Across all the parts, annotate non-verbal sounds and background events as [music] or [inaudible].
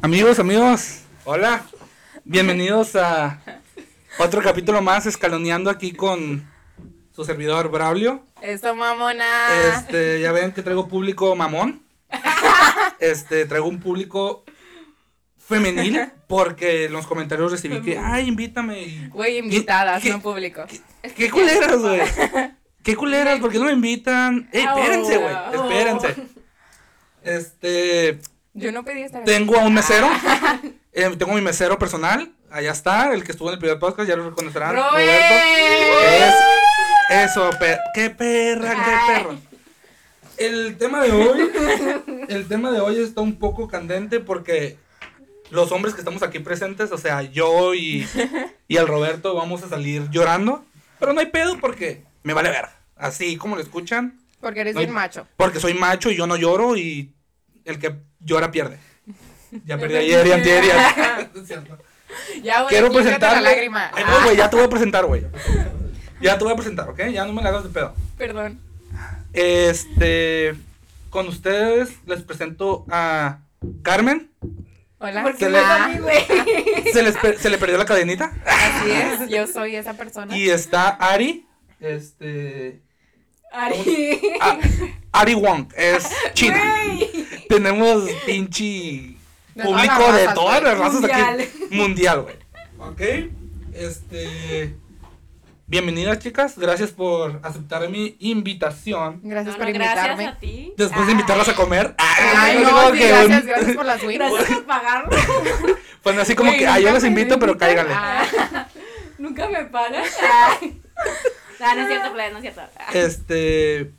Amigos, amigos, Hola. bienvenidos a otro capítulo más escaloneando aquí con su servidor Braulio. Eso, mamona. Este, ya ven que traigo público mamón. Este, traigo un público femenil porque en los comentarios recibí que, ay, invítame. y- Güey, invitadas, ¿Qué- no público. ¿Qué culeras, güey? ¿Qué culeras? ¿Por qué no me invitan? Ey, espérense, güey, espérense. Este, Yo no pedí estar aquí. Tengo a un mesero. Eh, tengo mi mesero personal. Allá está, el que estuvo en el primer podcast, ya lo reconocerán. ¡Robert! Es, eso, pe- qué perra, qué perro. El tema de hoy, [laughs] el tema de hoy está un poco candente porque los hombres que estamos aquí presentes, o sea, yo y, y el Roberto vamos a salir llorando, pero no hay pedo porque me vale ver. Así como lo escuchan, Porque eres No bien hay- macho. porque soy macho y yo no lloro y el que llora pierde. Ya [laughs] Yo perdí perdí. ayer y antier. y ayer. Es cierto. Ya, güey, Quiero quítate presentar. la lágrima. Ah, Ay, no, güey, ya [laughs] te voy a presentar, güey. Ya te voy a presentar, ¿ok? Ya no me la hagas de pedo. Ah, Perdón. Este, con ustedes les presento a Carmen. Hola. Se Porque le- no es a mí, güey. Se, les per- se le perdió la cadenita. [laughs] Así es, yo soy esa persona. Y está Ari. Este. Ari. a- Ah, Ari Wong [laughs] es china. Güey. Tenemos pinche De todas las público de razas, todas güey. las razas Mundial. aquí. Mundial, güey. Ok. Este. Bienvenidas, chicas. Gracias por aceptar mi invitación. Gracias No, por no, invitarme. Gracias Ah, a ti. Después de invitarlas a comer. Ay, así no, como sí, que gracias, un- gracias por las wings. Gracias por pagarlo. [laughs] Pues así [laughs] como Güey, que, ah, yo nunca las me invito, pero invitan. cáigale. Ah, Nunca me pagas. No, no es cierto, Flavia, no es cierto. Este.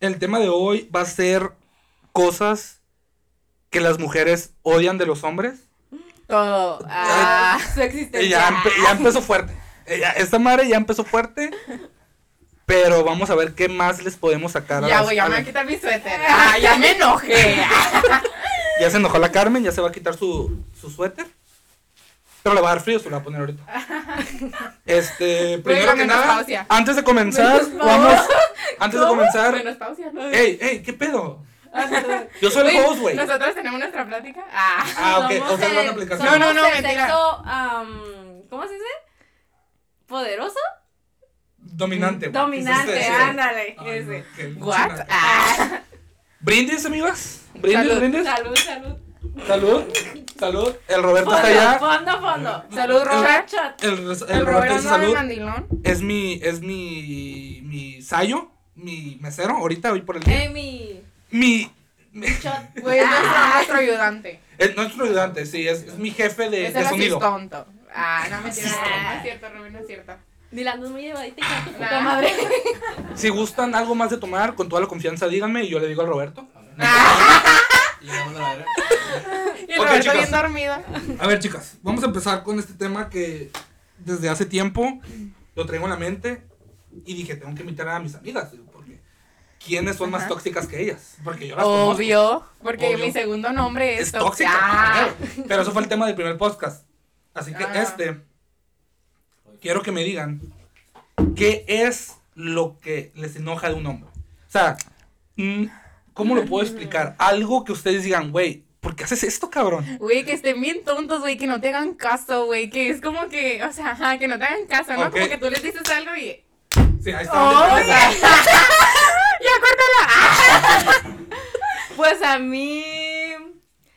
El tema de hoy va a ser cosas que las mujeres odian de los hombres. todo. [laughs] Ah, Su Y ya, existencia. empe- ya empezó fuerte. Eh, ya- esta madre ya empezó fuerte. Pero vamos a ver qué más les podemos sacar. a ya, las- güey, a ya me las- voy a quitar mi suéter. Ah, ya me enojé. ya se enojó la Carmen, ya se va a quitar su, su suéter. Pero le va a dar frío, se lo va a poner [laughs] ahorita. Este, primero que nada, menopausia. antes de [laughs] comenzar, Menopausia. vamos. Antes de ¿Cómo? comenzar, Menos pausa. ¿no? ey, ey, ¿qué pedo? Ah, perdón. Yo soy el host, güey. Nosotros tenemos nuestra plática. Ah. Ah, ok, Somos ustedes van a el- aplicar. somos No, no, no, el mentira. sexo, am, ¿Cómo se dice? ¿Poderoso? Dominante. güey. Dominante, Quisiste decir. ándale. Ay, ese. no, qué What? chingada. Ah. Brindis, amigas. Brindis, Salud. brindis. Salud, salud. Salud. Salud. El Roberto Fondo, está allá. fondo, fondo. Salud, Robert. Shot, shot. El, el, El Roberto Roberto dice no de salud. mandilón. Es mi, es mi, mi sayo, mi mesero, ahorita, hoy por el día. Emi. Mi, Shot. Güey, es nuestro, Ah. nuestro ayudante. es nuestro ayudante, sí, es, es mi jefe de, es de el sonido. asistonto. Ah, no me cierto. Ah. No es cierto, Rubén, no es cierto. Milando es muy llevadita y tu puta Nah. madre. Si gustan algo más de tomar, con toda la confianza, díganme y yo le digo al Roberto. Ah. Y Ok, el Roberto chicas. bien dormido. A ver, chicas, vamos a empezar con este tema que desde hace tiempo lo traigo en la mente y dije, tengo que invitar a mis amigas, digo, porque ¿quiénes son más Ajá. tóxicas que ellas? Porque yo las conozco. Obvio. Porque Obvio. mi segundo nombre es, es tóxica. Ah. claro. Pero eso fue el tema del primer podcast. Así que Ah. este, quiero que me digan, ¿qué es lo que les enoja de un hombre? O sea, mm, ¿cómo lo puedo [laughs] explicar? Algo que ustedes digan, güey, ¿por qué haces esto, cabrón? Güey, que estén bien tontos, güey, que no te hagan caso, güey, que es como que, o sea, ajá, que no te hagan caso, ¿no? Ok. Como que tú les dices algo y... Sí, ahí está. ¡Oh, ya! ¡Ya, córtala! [laughs] Pues a mí.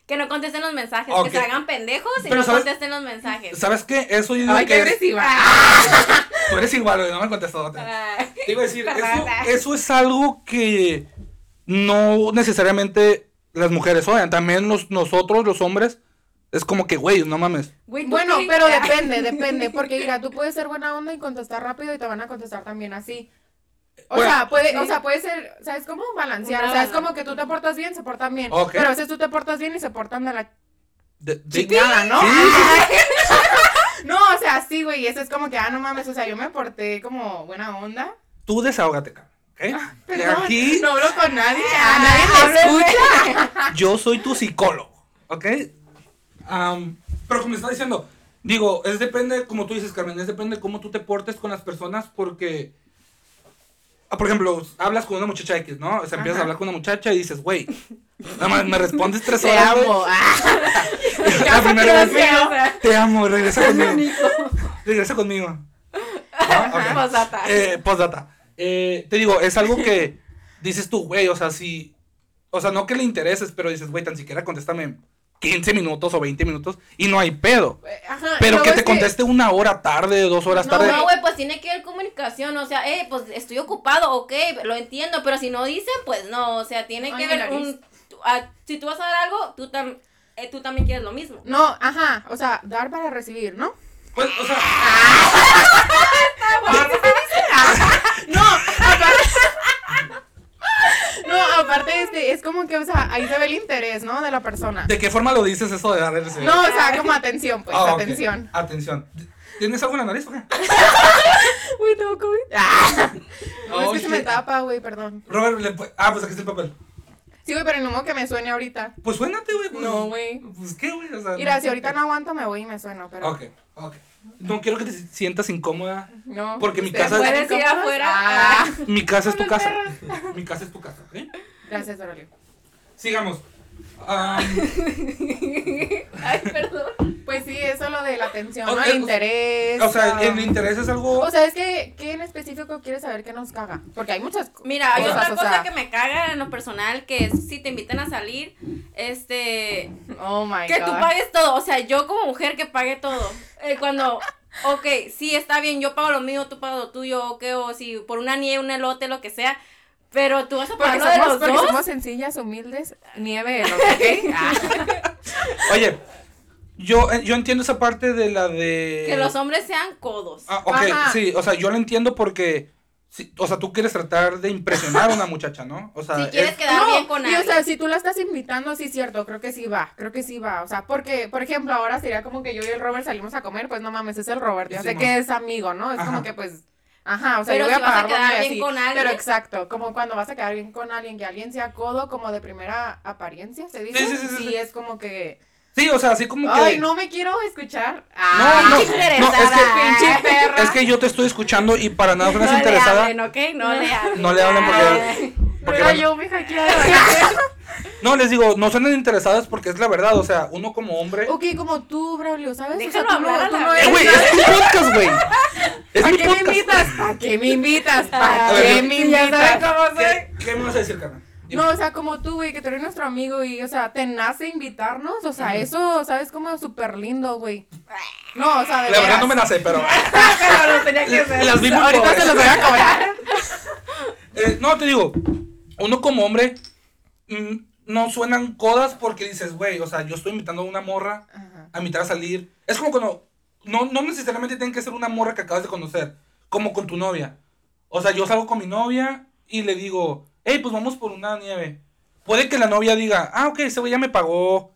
Que no contesten los mensajes, Ok. que se hagan pendejos y Pero no ¿sabes? contesten los mensajes. ¿Sabes qué? Eso yo digo ¡Ay, qué que es, agresiva! tú eres igual, güey, no me contestó otra. Ah, Te iba a decir, eso, Perdona. eso es algo que no necesariamente las mujeres odian. También los, nosotros, los hombres, es como que, güey, no mames. güey, ¿tú Bueno, qué? [laughs] pero Ah. depende, depende, porque mira, tú puedes ser buena onda y contestar rápido y te van a contestar también así. O Bueno. sea, puede, o Sí. sea, puede ser, o sea, es como balancear, Una o sea, es balanza. como que tú te portas bien, se portan bien, Ok. pero a veces tú te portas bien y se portan de la De, de- chingada, ¿no? Sí, No, o sea, sí, güey, y eso es como que, ah, no mames, o sea, yo me porté como buena onda. Tú desahógate, cabrón. ¿ok? De aquí Ah, No hablo con nadie, Ah, a nadie me escucha. yo soy tu psicólogo. ¿Ok? Am, pero como está diciendo, digo, es depende, como tú dices, Carmen, es depende cómo tú te portes con las personas porque ah, por ejemplo, hablas con una muchacha X, ¿no? O sea, empiezas Ajá. a hablar con una muchacha y dices, güey, nada más me respondes tres Te horas. güey". amo. Ah, [laughs] La primera Pero vez, sí, o mío. sea, te amo, regresa conmigo. Regresa [laughs] conmigo. ¿No? Ok. posata. Eh, postdata. Eh, te digo, es algo que dices tú, güey, o sea, si. O sea, no que le intereses, pero dices, güey, tan siquiera contéstame 15 minutos o 20 minutos y no hay pedo. Ajá, Pero luego que Ah. es te conteste una hora tarde, dos horas No, tarde. no, güey, pues tiene que haber comunicación, o sea, eh, pues estoy ocupado, ok, lo entiendo, pero si no dicen, pues no, o sea, tiene que Oye, haber la un... tú- ah, si tú vas a dar algo, tú, tam- eh, tú también quieres lo [laughs] mismo. No, ajá, o sea, dar para recibir, ¿no? Pues, o sea, Ah. [laughs] No, aparte. No, aparte, este, es como que, o sea, ahí se ve el interés, ¿no? De la persona. ¿de qué forma lo dices eso de dar el recibo? No, o sea, como atención, pues, Ah, ok. atención. Atención. ¿Tienes algo en la nariz o qué? Uy, tengo COVID. [laughs] Ah, no, es Oh, que se me shit. tapa, güey, perdón. Robert, le pu- ah, pues aquí está el papel. Sí, güey, pero no modo que me suene ahorita. Pues suénate, güey. pues. No, güey. Pues qué, güey. O sea, Mira, si ahorita no aguanto, me voy y me sueno, pero. Ok, ok. No quiero que te sientas incómoda. No. Porque mi ¿Ustedes casa- pueden Puedes ir comprar? afuera. Ah, [laughs] Mi casa es tu Con los casa. [laughs] Mi casa es tu casa, ¿ok? gracias, Dorolio. Sigamos. Ah, [laughs] Ay, perdón. Pues sí, eso lo de la atención, O- ¿no? o- El interés. o sea, ah. el interés es algo. O sea, es que, ¿qué en específico quieres saber que nos caga? Porque hay muchas co- Mira, hay cosas, otra o cosa sea, que me caga en lo personal, que es si te invitan a salir, este, Oh my que god. tú pagues todo, o sea, yo como mujer que pague todo. Eh, cuando, ok, sí, está bien, yo pago lo mío, tú pago lo tuyo, ok, o si por una nieve, un elote, lo que sea, pero tú vas a Porque pagar lo de somos, los porque dos. somos sencillas, humildes, nieve, ¿no? [laughs] ¿ok? Ah, Oye, yo, eh, yo entiendo esa parte de la de. Que los hombres sean codos. Ah, ok, Ajá. sí, o sea, yo lo entiendo porque. sí, o sea, tú quieres tratar de impresionar a una muchacha, eh, ¿no? O sea, Si quieres es- quedar no, bien con y alguien. o sea, si tú la estás invitando, sí es cierto, creo que sí va, creo que sí va, o sea, porque, por ejemplo, ahora sería como que yo y el Robert salimos a comer, pues no mames, es el Robert, ya Sí, sé ma. que es amigo, ¿no? Es Ajá. como que pues, ajá, o sea, Pero yo voy si a vas pagar a lo quedar mío, bien sí, con alguien. Pero exacto, como cuando vas a quedar bien con alguien, que alguien sea codo como de primera apariencia, se dice, sí, sí, sí, sí. es como que... Sí, o sea, así como que. Ay, no me quiero No, escuchar. no, Ah, [laughs] no, Pinche es que- interesada. eh, pinche perra. Es que yo te estoy escuchando y para [laughs] nada no suenas interesada. le hablen, ok, no le hablen. No le hablen porque- Ay. porque Mira, bueno. yo me [laughs] hackearon. No, les digo, no suenan interesadas porque es la verdad. O sea, uno como hombre. ok, como tú, Braulio, ¿sabes? Déjalo tú no- hablar a tú la no vez. ¡Eh, eres- güey! ¡Es tu podcast, güey! ¡Es ¿Para mi qué me podcast! invitas? ¿Para qué me invitas? [laughs] A ¿Para ver, qué yo- me Sí, ya sabes invitas? cómo soy. ¿Qué, qué me vas a decir, Carmen? Dime. No, o sea, como tú, güey, que tú eres nuestro amigo y, o sea, te nace invitarnos, o sea, eso, ¿sabes? Como súper lindo, güey. No, o sea, de la verdad veras. no me nace, [laughs] pero. Eh, Pero lo tenía que hacer. Las vi muy Ahorita pobres. se los voy a cobrar. Eh, no, te digo, uno como hombre mm, no suenan codas porque dices, güey, o sea, yo estoy invitando a una morra Ajá. a invitar a salir. Es como cuando, no, no necesariamente tienen que ser una morra que acabas de conocer, como con tu novia. O sea, yo salgo con mi novia y le digo, hey, pues vamos por una nieve. Puede que la novia diga, ah, ok, ese güey ya me pagó.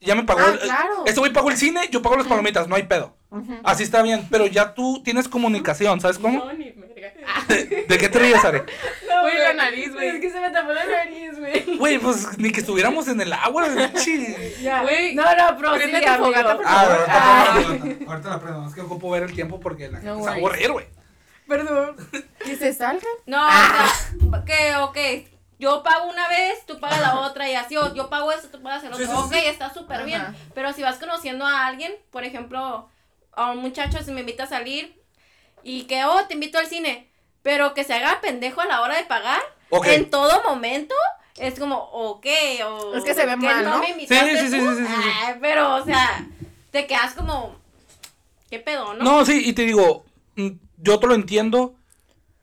Ya me pagó. Ah, el- claro. Ese güey pagó el cine, yo pago las palomitas, no hay pedo. Ujú. Así está bien, pero ya tú tienes comunicación, ¿sabes cómo? No, ni verga. ¿De, de qué te ríes, Are? No, Uy, la nariz, güey. Es que se me tapó la nariz, güey. Güey, pues ni que estuviéramos en el agua, pinche. Ya. Güey, no, no, pero sí, prende tu amigo. fogata, por Ah, favor. ahorita, prendo la pelota, ahorita la prendo. Es que ocupo ver el tiempo porque la No gente se va a worries. aburrir, güey. Perdón. Que se salgan. No, Ah. o sea, que, ok. Yo pago una vez, tú pagas la otra y así, o yo pago esto, tú pagas el Sí, otro. sí, ok, sí. está súper bien. Ajá. Pero si vas conociendo a alguien, por ejemplo, a un muchacho si me invita a salir y que, oh, te invito al cine, pero que se haga pendejo a la hora de pagar, Ok. en todo momento, es como, ok, o... Es que se ve mal, ¿no? me invitaste Sí, sí, sí, tú. sí, sí, sí, sí. Ah, pero, o sea, te quedas como, ¿qué pedo, no? No, sí, y te digo, mm, yo te lo entiendo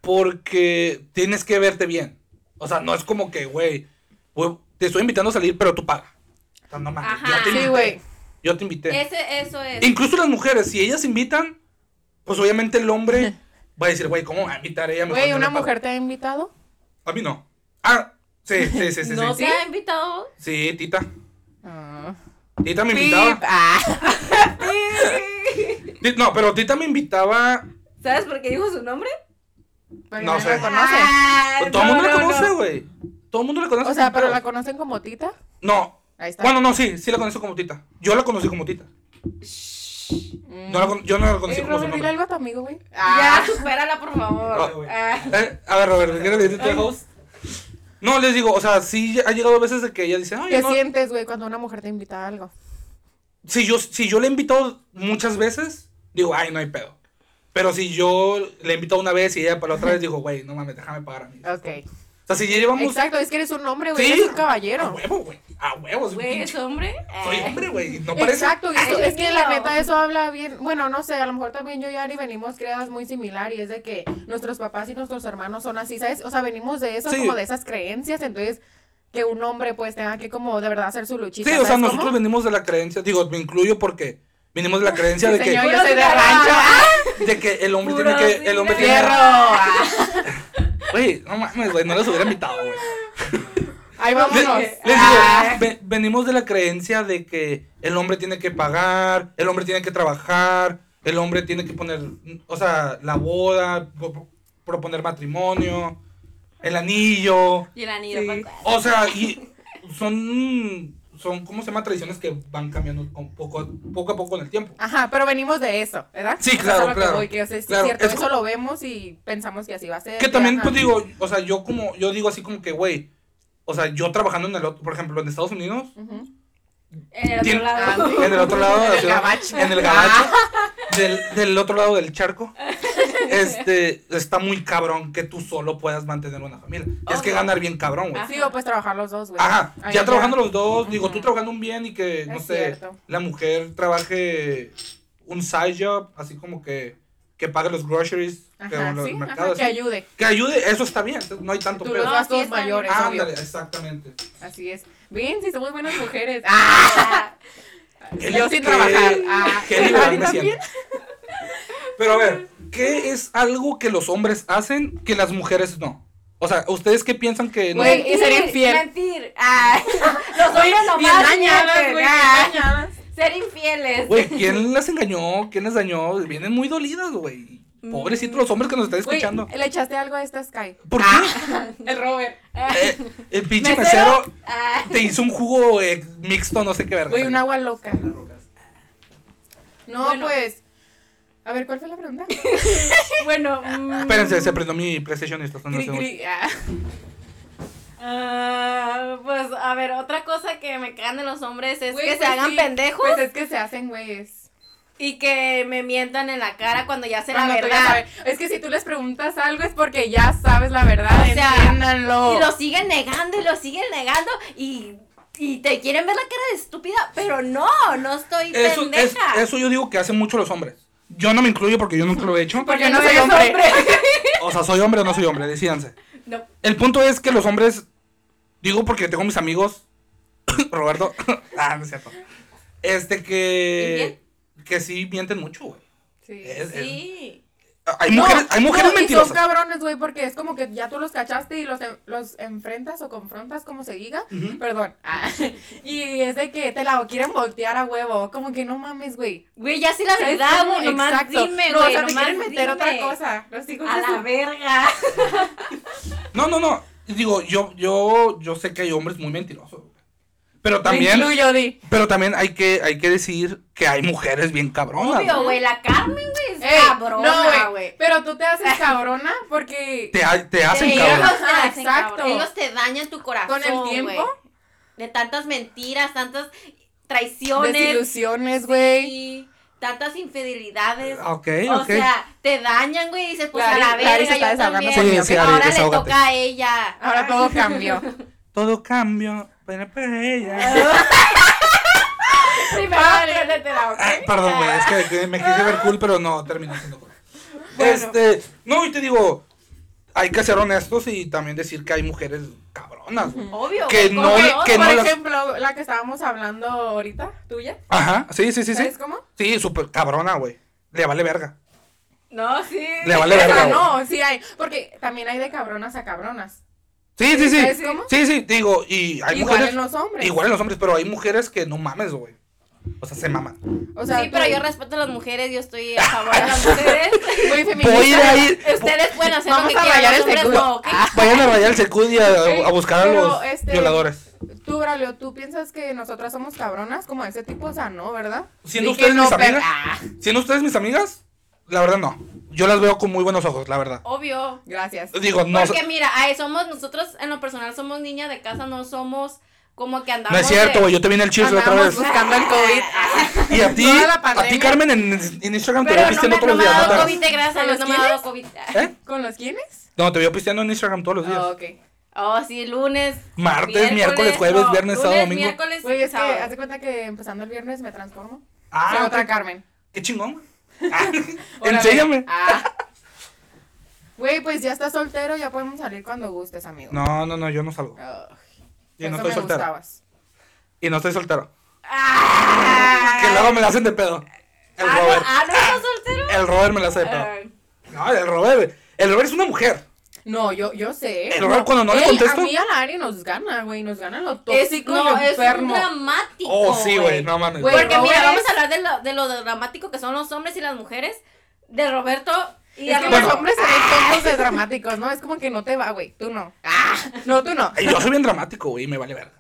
porque tienes que verte bien. O sea, no es como que, güey, güey, te estoy invitando a salir, pero tú pagas. O sea, no mames, Ajá. yo te Sí, invité. Sí, güey. Yo te invité. Ese, eso es. Incluso las mujeres, si ellas invitan, pues obviamente el [laughs] hombre va a decir, güey, ¿cómo va a invitar ella? Mejor Güey, yo ¿una no pago". mujer te ha invitado? A mí no. Ah, sí, sí, [laughs] sí, sí. ¿No sí. te ha invitado? Sí, Tita. Ah. Tita me invitaba. Ti- No, pero Tita me invitaba. ¿Sabes por qué dijo su nombre? Pero No no sé. la conoce. Ah, Pues Todo el no, mundo la no, no. conoce, güey. Todo el mundo la conoce. O sea, sin pero pedos. la conocen como Tita. No. Ahí está. Bueno, no, sí, sí la conozco como Tita. Yo la conocí como Tita. No la con- yo no la conocí Eh, como su Robert, dile nombre. algo a tu amigo, güey. Ah. Ya, supérala, por favor. No. Ah, Eh, a ver, Robert, ¿quieres decirte algo? No, les digo, o sea, sí ha llegado veces de que ella dice, [laughs] ay, ¿Qué no. sientes, güey, cuando una mujer te invita a algo? Si yo, si yo le he invitado muchas veces, digo, ay, no hay pedo. Pero si yo le he invitado una vez y ella para la otra vez digo, güey, no mames, déjame pagar a mí. Ok. O sea, si ya llevamos. Exacto, es que eres un hombre, güey, Sí. Ah, eres un A caballero. huevo, güey. A huevo, soy, un Güey, pinche- ¿es hombre? soy Ah. hombre, güey. No parece. Exacto, y eso- Ay, es que la no. neta eso habla bien, bueno, no sé, a lo mejor también yo y Ari venimos creadas muy similar y es de que nuestros papás y nuestros hermanos son así, ¿sabes? O sea, venimos de eso, Sí. como de esas creencias, entonces que un hombre pues tenga que como de verdad hacer su luchita. Sí, o sea, ¿sabes nosotros cómo? venimos de la creencia, digo, me incluyo porque venimos de la creencia de Señor, que, yo soy de rancho. ah, Ah, de que el hombre Puro tiene que, el hombre tiene, fierro. ¡Fierro! güey, no mames, güey, no los hubiera invitado, güey. Ahí Le- vámonos. Les, Ah. digo, ve- venimos de la creencia de que el hombre tiene que pagar, el hombre tiene que trabajar, el hombre tiene que poner, o sea, la boda, pro- proponer matrimonio, el anillo, Y el anillo, Sí. ¿pa' cuál? o sea, y son, son, ¿cómo se llama? Tradiciones que van cambiando con poco, poco a poco en el tiempo. Ajá, pero venimos de eso, ¿verdad? Sí, O sea, claro, es a lo que claro. voy, que, o sea, sí Claro, es cierto, es eso lo vemos y pensamos que así va a ser. Que también, ajá. pues digo, o sea, yo como, yo digo así como que, güey, o sea, yo trabajando en el otro, por ejemplo, en Estados Unidos, Ujú. En el Eh, otro Tien- Ah, lado. en el otro lado de la El ciudad, gabacho. Ah. en el gabacho, del, del otro lado del charco, este, está muy cabrón que tú solo puedas mantener una familia. Tienes que Ojo. ganar bien cabrón, güey. Ah. Sí, o pues trabajar los dos, güey. Ajá, Ahí ya trabajando los dos, Ujú. digo, tú trabajando un bien y que, no Es sé, cierto. la mujer trabaje un side job, así como que, que pague los groceries, que Ajá, los sí, ajá, mercados, que así. ayude. que ayude, eso está bien, no hay tanto Tú pedo. los No, sí gastos está bien. mayores, obvio. Ándale, exactamente. Así es. Bien, si [laughs] somos buenas mujeres. ¡Ah! Yo sin que- trabajar. Ah, qué liberal ¿Ari me también? siento. Pero a ver, ¿qué es algo que los hombres hacen que las mujeres no? O sea, ¿ustedes qué piensan que [laughs] no? Güey, y ser Mentir, infiel. Mentir. [laughs] Ah, Los hombres nomás Bien dañadas, mienten, güey, ah. bien dañadas. Ser infieles. Güey, ¿quién las engañó? ¿Quién les dañó? Vienen muy dolidas, güey. Pobrecitos los hombres que nos están [laughs] Güey, [laughs] escuchando. le echaste algo a esta Sky. Ah. ¿Por qué? [laughs] El Robert. Eh, el pinche mesero Ah, te hizo un jugo eh, mixto, no sé qué verga. Güey, un agua loca. No, Bueno. pues. A ver, ¿cuál fue la pregunta? [laughs] Bueno. mm, Espérense, se prendió mi PlayStation y está sonando Cri, ese- cri, ah. ah, pues a ver, otra cosa que me cagan de los hombres es Güey, que se pues hagan sí, pendejos Pues es que se hacen güeyes. y que me mientan en la cara cuando ya sé Cuando la tú ya verdad. sabes- Es que si tú les preguntas algo es porque ya sabes la verdad. O sea, entiéndanlo. Oh. Y lo siguen negando y lo siguen negando y, y te quieren ver la cara de estúpida, pero no, no estoy Eso, es- pendeja. eso yo digo que hacen mucho los hombres. Yo no me incluyo porque yo nunca lo he hecho. Porque no Porque soy no soy hombre. O sea, soy hombre o no soy hombre, decídanse. No. El punto es que los hombres, digo porque tengo mis amigos, [coughs] Roberto, [coughs] ah, no es cierto, este que, que sí mienten mucho, güey. [laughs] Sí. Es- es- Sí. Hay No, mujeres, hay mujeres no, y mentirosas. son cabrones, güey, porque es como que ya tú los cachaste y los, en- los enfrentas o confrontas, como se diga. Ujú. Perdón. [laughs] Ah, y es de que te la quieren voltear a huevo. Como que no mames, güey. Güey, ya sé la ¿Sabes verdad, cómo? güey. Nomás Exacto. dime, güey. No, o sea, te nomás quieren meter dime. otra cosa. Los hijos A de la [laughs] su- verga. No, no, no. Digo, yo, yo, yo sé que hay hombres muy mentirosos. güey. Pero Me también, incluyo, di. pero también hay que, hay que decir que hay mujeres bien cabronas. Obvio, güey. güey. La Carmen, güey, es Ey, cabrona, no, güey. güey. Pero tú te haces cabrona porque Te, ha- te hacen Sí, cabrón. ellos te Ajá, hacen cabrón. exacto. Ellos te dañan tu con corazón. el tiempo, güey. De tantas mentiras, tantas traiciones. desilusiones, güey. y tantas infidelidades. Ok, o ok. sea, te dañan, güey. Y dices, pues Clari- a la Clari se está verga, yo desahogando también. conmigo, Sí, sí, Ari, Ahora le desahógate. toca a ella. Ahora todo [laughs] cambió. Todo cambio, pero para ella. Primero, Vale. apréndetela, ¿ok? Ay, Ah, perdón, güey, es que- que me quise ver cool, pero no, terminó siendo cool. Este, no, y te digo, hay que ser honestos y también decir que hay mujeres cabronas. güey. Obvio, Que güey, no ¿cómo le- no? que Por no las- ejemplo, la que estábamos hablando ahorita, tuya. Ajá, sí, sí, sí, sí. ¿Sabes cómo? Sí, súper cabrona, güey. Le vale verga. No, sí. Le vale O sea, verga. güey. no, sí hay. Porque también hay de cabronas a cabronas. Sí, sí, ¿Sabes sí. cómo? Sí, sí, digo, y hay Igual mujeres. en los hombres. Igual en los hombres, pero hay mujeres que no mames, güey. O sea, se maman. O sea, sí, pero tú- yo respeto a las mujeres, yo estoy a favor de las [laughs] mujeres. Muy feminista. Voy a ir ahí. Ustedes pueden hacer lo Vamos que a este quieran, rayar el los Ah. hombres seguro. no, ¿ok? Vayan a rayar el secud y a, a buscar a Pero, los este, violadores. Tú, Braulio, ¿tú piensas que nosotras somos cabronas como de ese tipo? O sea, no, ¿verdad? Siendo Dije ustedes mis no, pero- amigas. Ah, ¿Siendo ustedes mis amigas? La verdad no. Yo las veo con muy buenos ojos, la verdad. Obvio. Gracias. Digo, no. Porque mira, ay, somos nosotros en lo personal somos niñas de casa, no somos como que andamos No es cierto, de- güey. Yo te vine el chiste otra Andamos vez. buscando el COVID. [laughs] Ah, Y a ti, toda la a ti, pandemia. Carmen, en, en Instagram te Pero veo no me, pisteando no todos los me ha días. este dado ¿no COVID, te- de gracias a Dios, no me ha dado COVID. ¿Eh? ¿Con los quiénes? No, te veo pisteando en Instagram todos los días. Ah, ok. Oh, sí, lunes. Martes, miércoles, jueves, viernes, sábado, lunes, domingo. miércoles, Güey, es que sábado. haz de cuenta que empezando el viernes me transformo. Soy Ah, otra Carmen. qué chingón. Ah, Órale. Enséñame. Ah. Güey, pues ya estás soltero, ya podemos salir cuando gustes, amigo. No, no, no, yo no salgo. Ugh, Yo no eso estoy me soltero. gustabas. Y no estoy soltero. Ah, Que luego me la hacen de pedo. El ah, no, Robert. ah, no estás soltero. El Robert me la hace de pedo. Ah, No, el Robert. El Robert es una mujer. No, yo, yo sé. El Robert cuando no le Ey, contesto- A mí a la Ari nos gana, güey. Nos gana lo es, tóxico no, y lo es un enfermo. dramático. Oh, sí, güey. No mames. Güey, Porque Robert. mira, Robert vamos es- a hablar de lo, de lo dramático que son los hombres y las mujeres. De Roberto y Es de Bueno. Ah. que los Roberto. hombres se ven [laughs] tontos de dramáticos, ¿no? Es como que no te va, güey. Tú no. Ah, no, tú no. Yo soy bien dramático, güey. Me vale verga.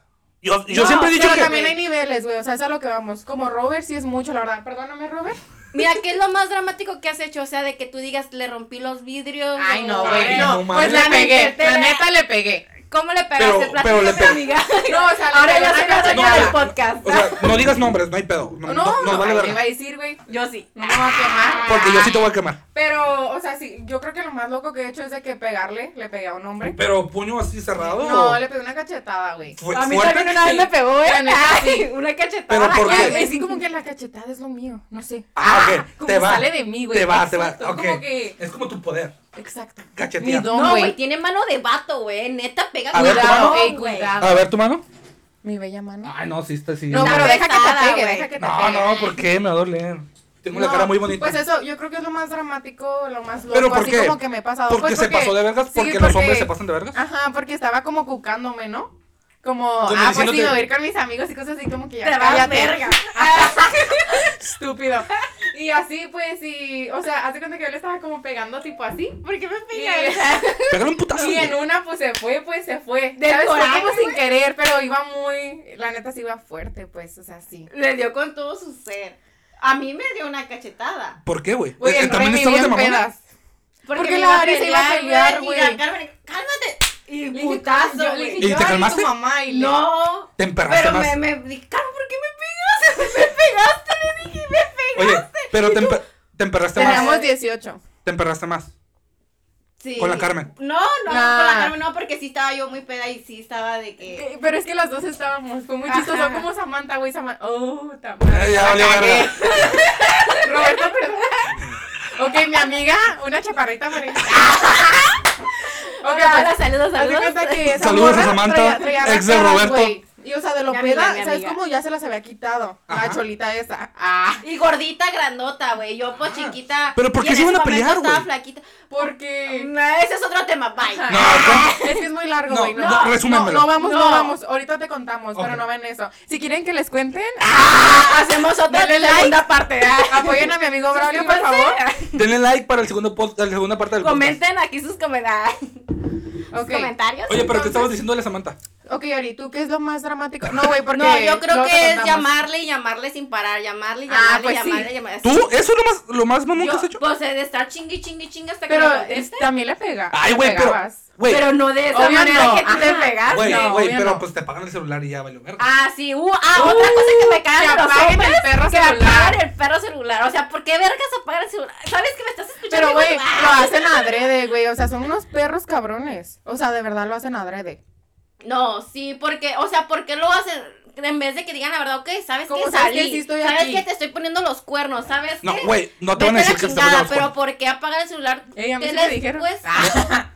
Yo, yo No, siempre he dicho Pero que. también hay niveles, güey. O sea, es a lo que vamos. Como Robert sí es mucho, la verdad. Perdóname, Robert. Mira, ¿qué es lo más dramático que has hecho? O sea, de que tú digas, le rompí los vidrios. Ay, no, o- Ay, güey. no No, mames. pues la pegué. Te La la- neta le pegué. [laughs] ¿Cómo le Pero- pegaste? pero le Platícame, pe- amiga. No, o sea, le Ahora pegué ya una se nos cachetada. acaba el podcast. O sea, no digas nombres, no hay pedo. No, No, no- no, nos vale ay, verga. le iba a decir, güey. Yo sí. No me va a quemar. Porque yo sí te voy a quemar. Pero, o sea, sí, yo creo que lo más loco que he hecho es de que pegarle, le pegué a un hombre. Pero puño así cerrado. No, le pegué una cachetada, güey. Fue a mí fuerte. también una vez me pegó, ¿eh? La [laughs] neta, sí. Ay, una cachetada. Pero ¿por Ay, qué? güey, sí, como que la cachetada es lo mío, no sé. Ah, ok, Como te va. sale de mí, güey. Te va, te Exacto, va. Ok. Como que, Es como tu poder. exacto. Cachetear. Mi don, No, güey, güey. tiene mano de vato, güey. Neta, pega A ver, tu cuidado, mano. ey, cuidado. A ver tu mano. Mi bella mano. Ay, no, sí está sí. No, Está pero deja que pesada, te pegue, güey. deja que te no, pegue. no, ¿por qué? Me va a doler. Tengo la No, cara muy bonita. Pues eso, yo creo que es lo más dramático, lo más loco, ¿Pero por así qué? como que me he pasado. porque, Pues se pasó de vergas, sí, porque, los hombres se pasan de [laughs] vergas. Ajá, porque estaba como cucándome, ¿no? Como, Como ah, pues sí, diciéndote- me voy a ir con mis amigos y cosas así, como que ya. Te vas cállate. verga. Ah, [laughs] [laughs] Estúpido. Y así, pues, y, o sea, hace cuenta que yo le estaba como pegando, tipo así. ¿Por qué me pegas? Y, Pégale un putazo. [laughs] y en una, pues se fue, pues se fue. De ¿Sabes? Fue coraje, como sin güey. querer, pero iba muy. La neta sí iba fuerte, pues, o sea, Eh, sí. Le dio con todo su ser. A mí me dio una cachetada. ¿Por qué, güey? Güey, Eh, el También Remy estabas de bien mamona. pedas. Porque, Porque me la Ari se iba a pelear, y güey. la Carmen, cálmate. Y Le dije, putazo, yo- le güey. dije, ¿Y yo, te "Ay, calmaste? tu mamá, y le- No. Te emperraste Pero más. me, me dije, Carmen, ¿por qué me pegas? Me pegaste, [laughs] le dije, me pegaste. Oye, pero te, emper- te emperraste más. Teníamos 18. Te emperraste más. Sí. Con la Carmen. No, no, Nah. con la Carmen no, porque sí estaba yo muy peda y sí estaba de que. Eh, Pero es que las dos estábamos, fue muy Ajá. chistoso. Como Samantha, güey, Samantha. Oh, ta Eh, madre. ya valió verga. Roberto, perdón. Ok, mi amiga, una chaparrita [laughs] amarilla. ok, Hola, pues. saludos, haz de cuenta que esa Saludos a morra Samantha, traía- traía ex de rascadas, Roberto. güey. Y o sea, de lo Mi amiga, peda, mi ¿sabes amiga. cómo? Ya se las había quitado. Ajá. La cholita esa. Ah. Y gordita, grandota, güey. Yo, pues Ah. chiquita. Pero ¿por y qué en se iban ese a pelear, momento güey? Estaba flaquita. Porque. Nah, Ese es otro tema, bye. [laughs] Ajá. No, ¿cómo? Es que es muy largo, No, güey. no, resúmenmelo. No, no vamos, no. No. vamos. Ahorita te contamos, Ok. Ah. pero no ven eso. Si quieren que les cuenten, Hacemos otra denle like. segunda parte. ah. Apoyen a mi amigo Braulio, por [laughs] favor. Denle like para el segundo post, la segunda parte del podcast. Comenten aquí sus comentarios. Ok. comentarios. Oye, pero ¿qué entonces. estabas diciéndole a Samantha? Ok, Ari, ¿tú qué es lo más dramático? No, güey, porque. No, yo creo luego te que es contamos. llamarle y llamarle sin parar. Llamarle y Ah, llamarle, pues sí. llamarle, llamarle. ¿Tú? ¿Eso es lo más, lo más mamón que Yo, has hecho? Pues eh, de estar chingui, chingui, chingui hasta que Pero me es- conteste. también le pega. Ay, le güey, pero. pegabas. Güey, Pero no de esa Obvio manera no. que tú le Ajá. pegaste. güey, no, güey, obvio pero no. pues te apagan el celular y ya valió verga. Ah, sí, uh, ah, otra cosa que me cae que de los apaguen hombres, el perro que celular. apagan el perro celular, o sea, ¿por qué vergas apagan el celular? ¿Sabes que me estás escuchando? Pero, Y güey, digo, "Ah". lo hacen adrede, güey. O sea, son unos perros cabrones. O sea, de verdad lo hacen adrede. No, sí, porque, o sea, ¿por qué lo hacen? En vez de que digan la verdad, ok, ¿sabes ¿Cómo que sabes salí? que sí estoy ¿Sabes aquí? que te estoy poniendo los cuernos? ¿Sabes No, qué? güey, no te van a Vete decir que te chingada, estamos los Pero cuernos. ¿por qué apagan el celular? pues Ey, a mí ¿Qué sí me les [laughs] dijeron. Ah. cuesta? [laughs]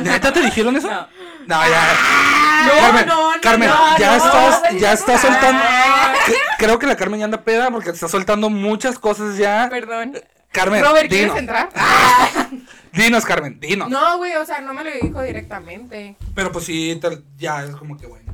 ¿Neta te dijeron eso? No, ya, ya. No, Carmen, Ah, no, no, Carmen, no, ya no, estás, no, ya no. estás soltando. Ah. Cre- Creo que la Carmen ya anda peda porque está soltando muchas cosas ya. Perdón. Carmen, Robert, ¿quieres dinos, Ah. entrar? dinos, Carmen, dinos. No, güey, o sea, no me lo dijo directamente. Pero pues sí, te- ya es como que, güey. no.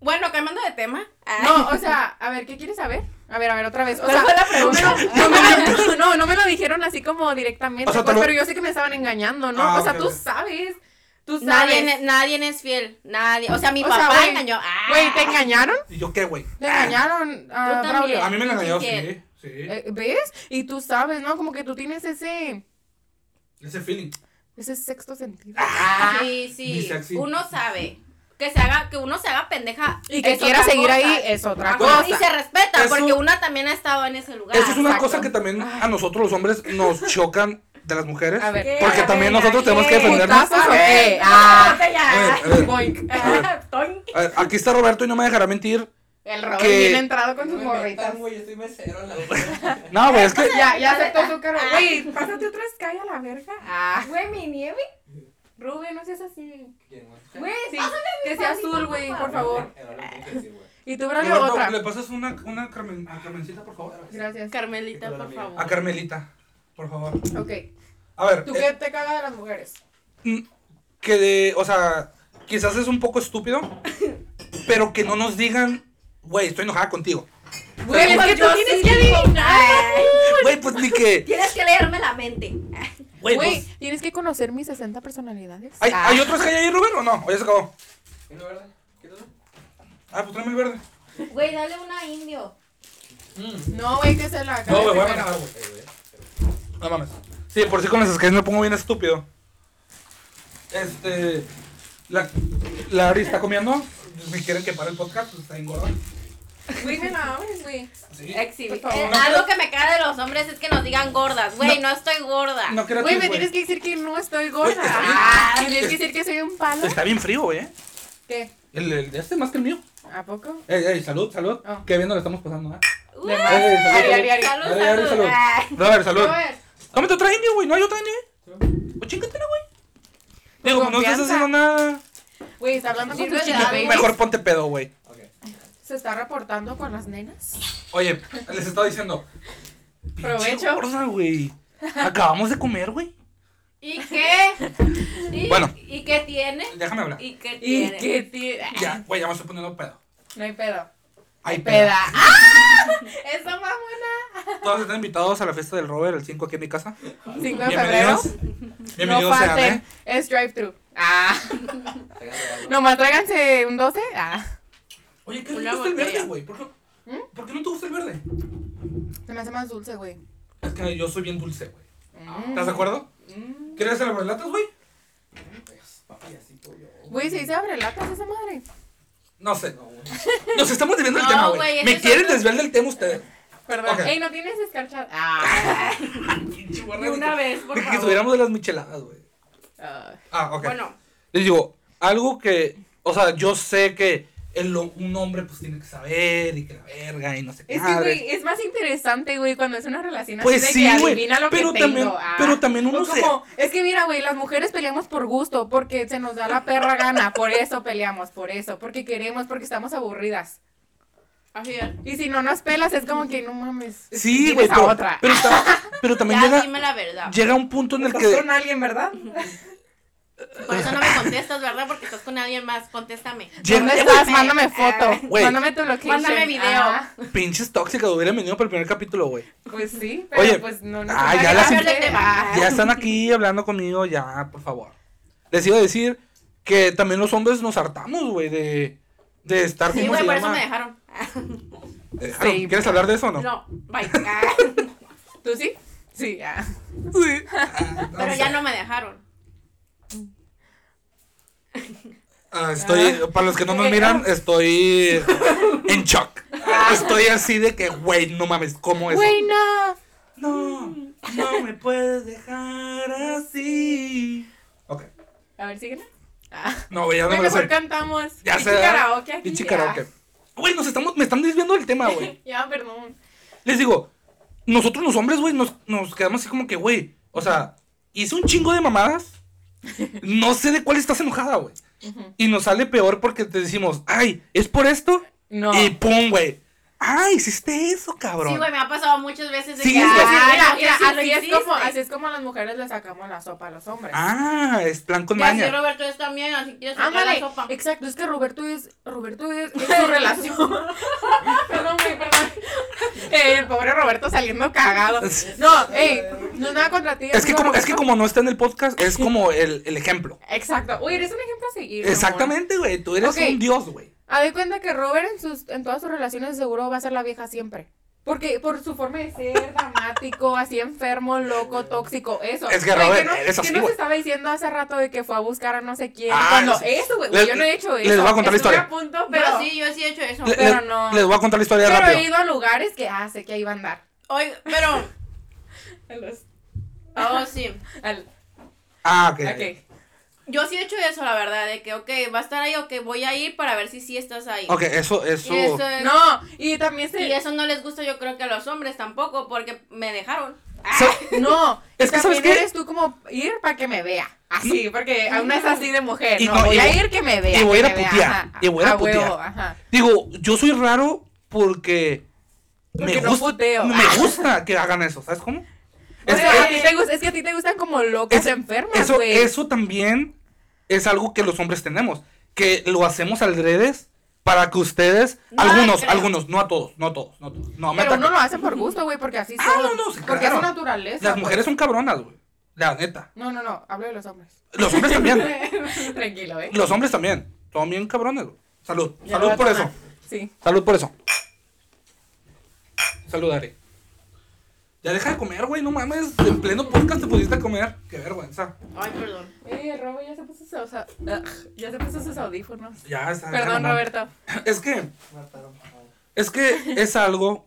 Bueno, cambiando de tema. Ah. No, o sea, a ver, ¿qué quieres saber? A ver, a ver, otra vez. O ¿Cuál sea, fue la pregunta? No, [laughs] me lo- [laughs] no, me lo, no, no me lo dijeron así como directamente, O sea, te pues, lo- pero yo sé que me estaban engañando, ¿no? Ah, o sea, ok, tú ok. sabes. Tú sabes. Nadie, nadie es fiel, nadie. O sea, mi O sea, papá güey, engañó. Ah. Güey, ¿te engañaron? ¿Y yo qué, güey? ¿Te engañaron, ah, también. Braulio? A mí me la engañó, sí. Infiel. Sí. Eh, ¿Ves? Y tú sabes, ¿no? Como que tú tienes ese, Ese feeling. ese sexto sentido. Ah. Ah, sí, mi sí. sexy. Uno sabe que se haga que uno se haga pendeja Y que es quiera otra seguir cosa. ahí es otra Ajá, cosa. [laughs] Y se respeta Eso- porque una también ha estado en ese lugar. Eso es una Ah, exacto. cosa que también a nosotros los hombres nos chocan de las mujeres. A ver. porque ¿Qué? también nosotros ¿Qué? tenemos que defendernos. ¿Putazos o qué? Ah, A ver, a ver. boink. A ver. Toink. A ver, Aquí está Roberto y no me dejará mentir. El Robert Que- bien entrado con No sus me metan, morritas. güey, yo soy mesero, la [laughs] verdad. No, güey, es que. [laughs] Ya, ya aceptó su cara. Güey, pásate otra Sky a la verga. Ah. Güey, mi nieve. Rubén, no seas así. ¿Quién más? Güey, que sea azul, güey, por favor. Era lo que tenía que decir, güey. Y tú, Braulio, Roberto, otra. ¿le pasas una, una Carmen- a Carmencita, por favor? Gracias. Carmelita, Hola, por amiga. A favor. Carmelita, por favor. Ok. A ver, ¿Tú eh, qué te caga de las mujeres? Mm, que de, o sea, quizás es un poco estúpido, pero que no nos digan, güey, estoy enojada contigo. Pues Güey, pues es que tú tienes que adivinar. Güey, pues ni [laughs] que, Tienes que leerme la mente. güey, Güey, pues, tienes que conocer mis 60 personalidades. ¿hay, Ah. ¿hay otro Sky ahí, Rubén, o no? ¿O ya se acabó? ¿Tiene verde? Quítalo. Ah, pues tráeme el verde. Güey, dale una indio. No, güey, que se la acabe primero. güey. No mames. Sí, por si con las Skies me pongo bien estúpido. Este, la, la Ari está comiendo, si quieren que pare el podcast, pues está engorda. Güey, me la abres, güey. Sí. Exhibit. Por favor. Eh, algo que me cae de los hombres es que nos digan gordas. Güey, no, estoy gorda. No creo Güey, que, me tienes que decir que no estoy Güey, gorda. está bien. Ah, me tienes que decir que soy un palo. Está bien frío, güey. eh. ¿Qué? El, el de este más que el mío. ¿A poco? Ey, ey, salud, salud. Ah. Qué bien nos lo estamos pasando, ¿eh? Uy. De más. Ari, salud. Ari, Ari, Ari. Salud, Ari, Ari, salud. salud. Ah. Robert, salud. Robert, Tómate otra indio, güey. No hay otra indio, güey. O chingatela, Pues güey. Digo, no estás confianza. haciendo nada. Güey, está hablando con Sirve sus de chiquibabies. algo. Mejor ponte pedo, güey. Ok. Se está reportando con las nenas. Oye, les estaba diciendo. Provecho. Gorda, güey. Acabamos de comer, güey. ¿Y qué? ¿Y, Bueno. ¿Y qué tiene? Déjame hablar. ¿Y qué Y tiene? que tira. Ya, güey, ya me estoy poniendo pedo. No hay pedo. Ay, Peda. ¡Ah! [laughs] Esa mamona. Todos están invitados a la fiesta del Robert, el 5 aquí en mi casa. 5 de febrero. Bienvenidos. Bienvenidos no sean, falten. ¿eh? Es drive-thru. Ah. Traigan regalo. Nomás tráiganse un 12. Ah. Oye, ¿qué Una te gusta el botella. verde, ¿Mm? güey? ¿Por qué, ¿Por qué no te gusta el verde? Se me hace más dulce, güey. Es que yo soy bien dulce, güey. Mm. Mm. ¿Estás de acuerdo? ¿Quieres hacer abrelatas, güey? Papayacito, yo. Güey, se dice abre latas esa madre. No sé. Nos estamos desviando del No, tema, güey. güey, Me ese es quieren otro- desviar del tema ustedes. Perdón. Ok. Ey, no tienes escarchado. Ah. Y una vez, De [laughs] por que favor. estuviéramos de las micheladas, güey. Ah. Ah, ok. Bueno, Les digo, algo que. O sea, yo sé que el, un hombre pues tiene que saber y que la verga y no sé qué. Es que, madre. güey, es más interesante, güey, cuando es una relación así Pues de sí, que güey, adivina lo pero que también- tengo. Ah. pero también O uno se- como, Es que mira, güey, las mujeres peleamos por gusto, porque se nos da la perra gana, por eso peleamos, por eso, porque queremos, porque estamos aburridas. así es. Y si no nos pelas, es como que no mames. sí, tienes güey. a Pero, otra. pero ta- pero también Ya llega, dime la verdad. llega un punto en el Estás que. con alguien, ¿verdad? Por eso no me contestas, ¿verdad? Porque estás con alguien más. Contéstame. Llega, ¿Dónde estás? Mándame Mándame. foto. Ah, Güey. Ah, Mándame tu location. Mándame video. Ah, pinches tóxicas hubieran venido para el primer capítulo, güey. pues sí, pero Oye, pues no. no ah, no ya hay las- que hablar de tema. Ah, Ya están aquí hablando conmigo, ya, por favor. Les iba a decir que también los hombres nos hartamos, güey, de, de estar Sí, como güey, se por eso llama. me dejaron. Ah, Eh, Jaro, Sí. ¿Quieres hablar de eso o no? No, [laughs] bye. Ah, ¿Tú sí? Sí, ah. Sí. Ah, Pero ya no me dejaron. ah, estoy, para los que no nos ah. miran, [laughs] estoy en shock. Estoy así de que, güey, no mames, ¿cómo es? Güey, no. No, no me puedes dejar así. Ok. A ver, síguela. Ah. No, güey, ya no Güey, me lo mejor sé. cantamos. Ya Pinche sé. ¿verdad? karaoke aquí. Pinche ya. karaoke. Güey, nos estamos, me están desviando del tema, güey. Ya, perdón. Les digo, nosotros los hombres, güey, nos, nos quedamos así como que, güey, o sea, hice un chingo de mamadas. No sé de cuál estás enojada, güey. Y nos sale peor porque te decimos, ay, ¿es por esto? No. Y pum, güey. Ay, hiciste eso, cabrón. Sí, güey, me ha pasado muchas veces. De Sí, que, es ah, que sí, no, mira, ¿qué mira, sí así es, hiciste? como, así es como las mujeres le sacamos la sopa a los hombres. Ah, es plan con Y así maña. Roberto es también, así quieres sacar la Ándale, sopa. Eh, exacto, es que Roberto es, Roberto es, es [laughs] su relación. perdón, güey, perdón. Eh, el pobre Roberto saliendo cagado. No, ey, No es nada contra ti. Es que, amigo como, es que Roberto. como no está en el podcast, es como el, el [laughs] ejemplo. Exacto. Uy, eres un ejemplo a seguir. mi amor. Exactamente, güey. Tú eres Ok. un dios, güey. A de cuenta que Robert en, sus, en todas sus relaciones seguro va a ser la vieja siempre. Porque por su forma de [laughs] ser, dramático, así enfermo, loco, tóxico, eso. Es que Güey, Robert no, es que así, no güey. se estaba diciendo hace rato de que fue a buscar a no sé quién? Ah, cuando sí. eso, güey, Les- yo no he hecho les eso. voy a contar la Estuve historia. a punto, Pero pero, sí, yo sí he hecho eso. Le- pero le- no. Les voy a contar la historia pero rápido. he ido a lugares que, ah, sé que ahí va a andar. Oye, pero. Oh, sí. Al- Ah, ok. ok. Yo sí he hecho eso, la verdad, de que, ok, va a estar ahí, ok, voy a ir para ver si sí estás ahí. Ok, eso, eso. Y eso, es- No, y también se... y eso no les gusta, yo creo que a los hombres tampoco, porque me dejaron. So- Ah, No, Es que, y ¿sabes también qué? eres tú como ir para que me vea. Así, porque aún es así de mujer. Y no, no, y voy a voy- ir que me vea. y voy a ir a que me vea, putear, ajá, y voy a ir a huevo, putear. ajá. Digo, yo soy raro porque. Porque no gusta, puteo. me gusta que hagan eso, ¿sabes cómo? O Es- sea, a es- ti te gusta- es que a ti te gustan como locas es- enfermas, eso, güey. eso también es algo que los hombres tenemos, que lo hacemos al redes para que ustedes, No, algunos, creo. algunos, no a todos, no a todos, no a todos, no, me Pero ataquen. no lo hacen por gusto, güey, porque así Ah, son. no, no, sí, porque claro. es su naturaleza. Las pues. mujeres son cabronas, güey, la neta. No, no, no, hablo de los hombres. Los hombres [laughs] también, Tranquilo, ¿eh? los hombres también, son bien cabrones, güey. Salud, Ya salud lo por voy a eso, tomar. Sí. salud por eso. Salud, Ari. Ya deja de comer, güey, no mames, en pleno podcast te pudiste comer, qué vergüenza. Ay, perdón. Eh, Robo ya se puso sus, ugh, ya se puso sus audífonos. Ya está. ya, Perdón, mamá. Roberto. Es que Mataron. Ah, Es que es algo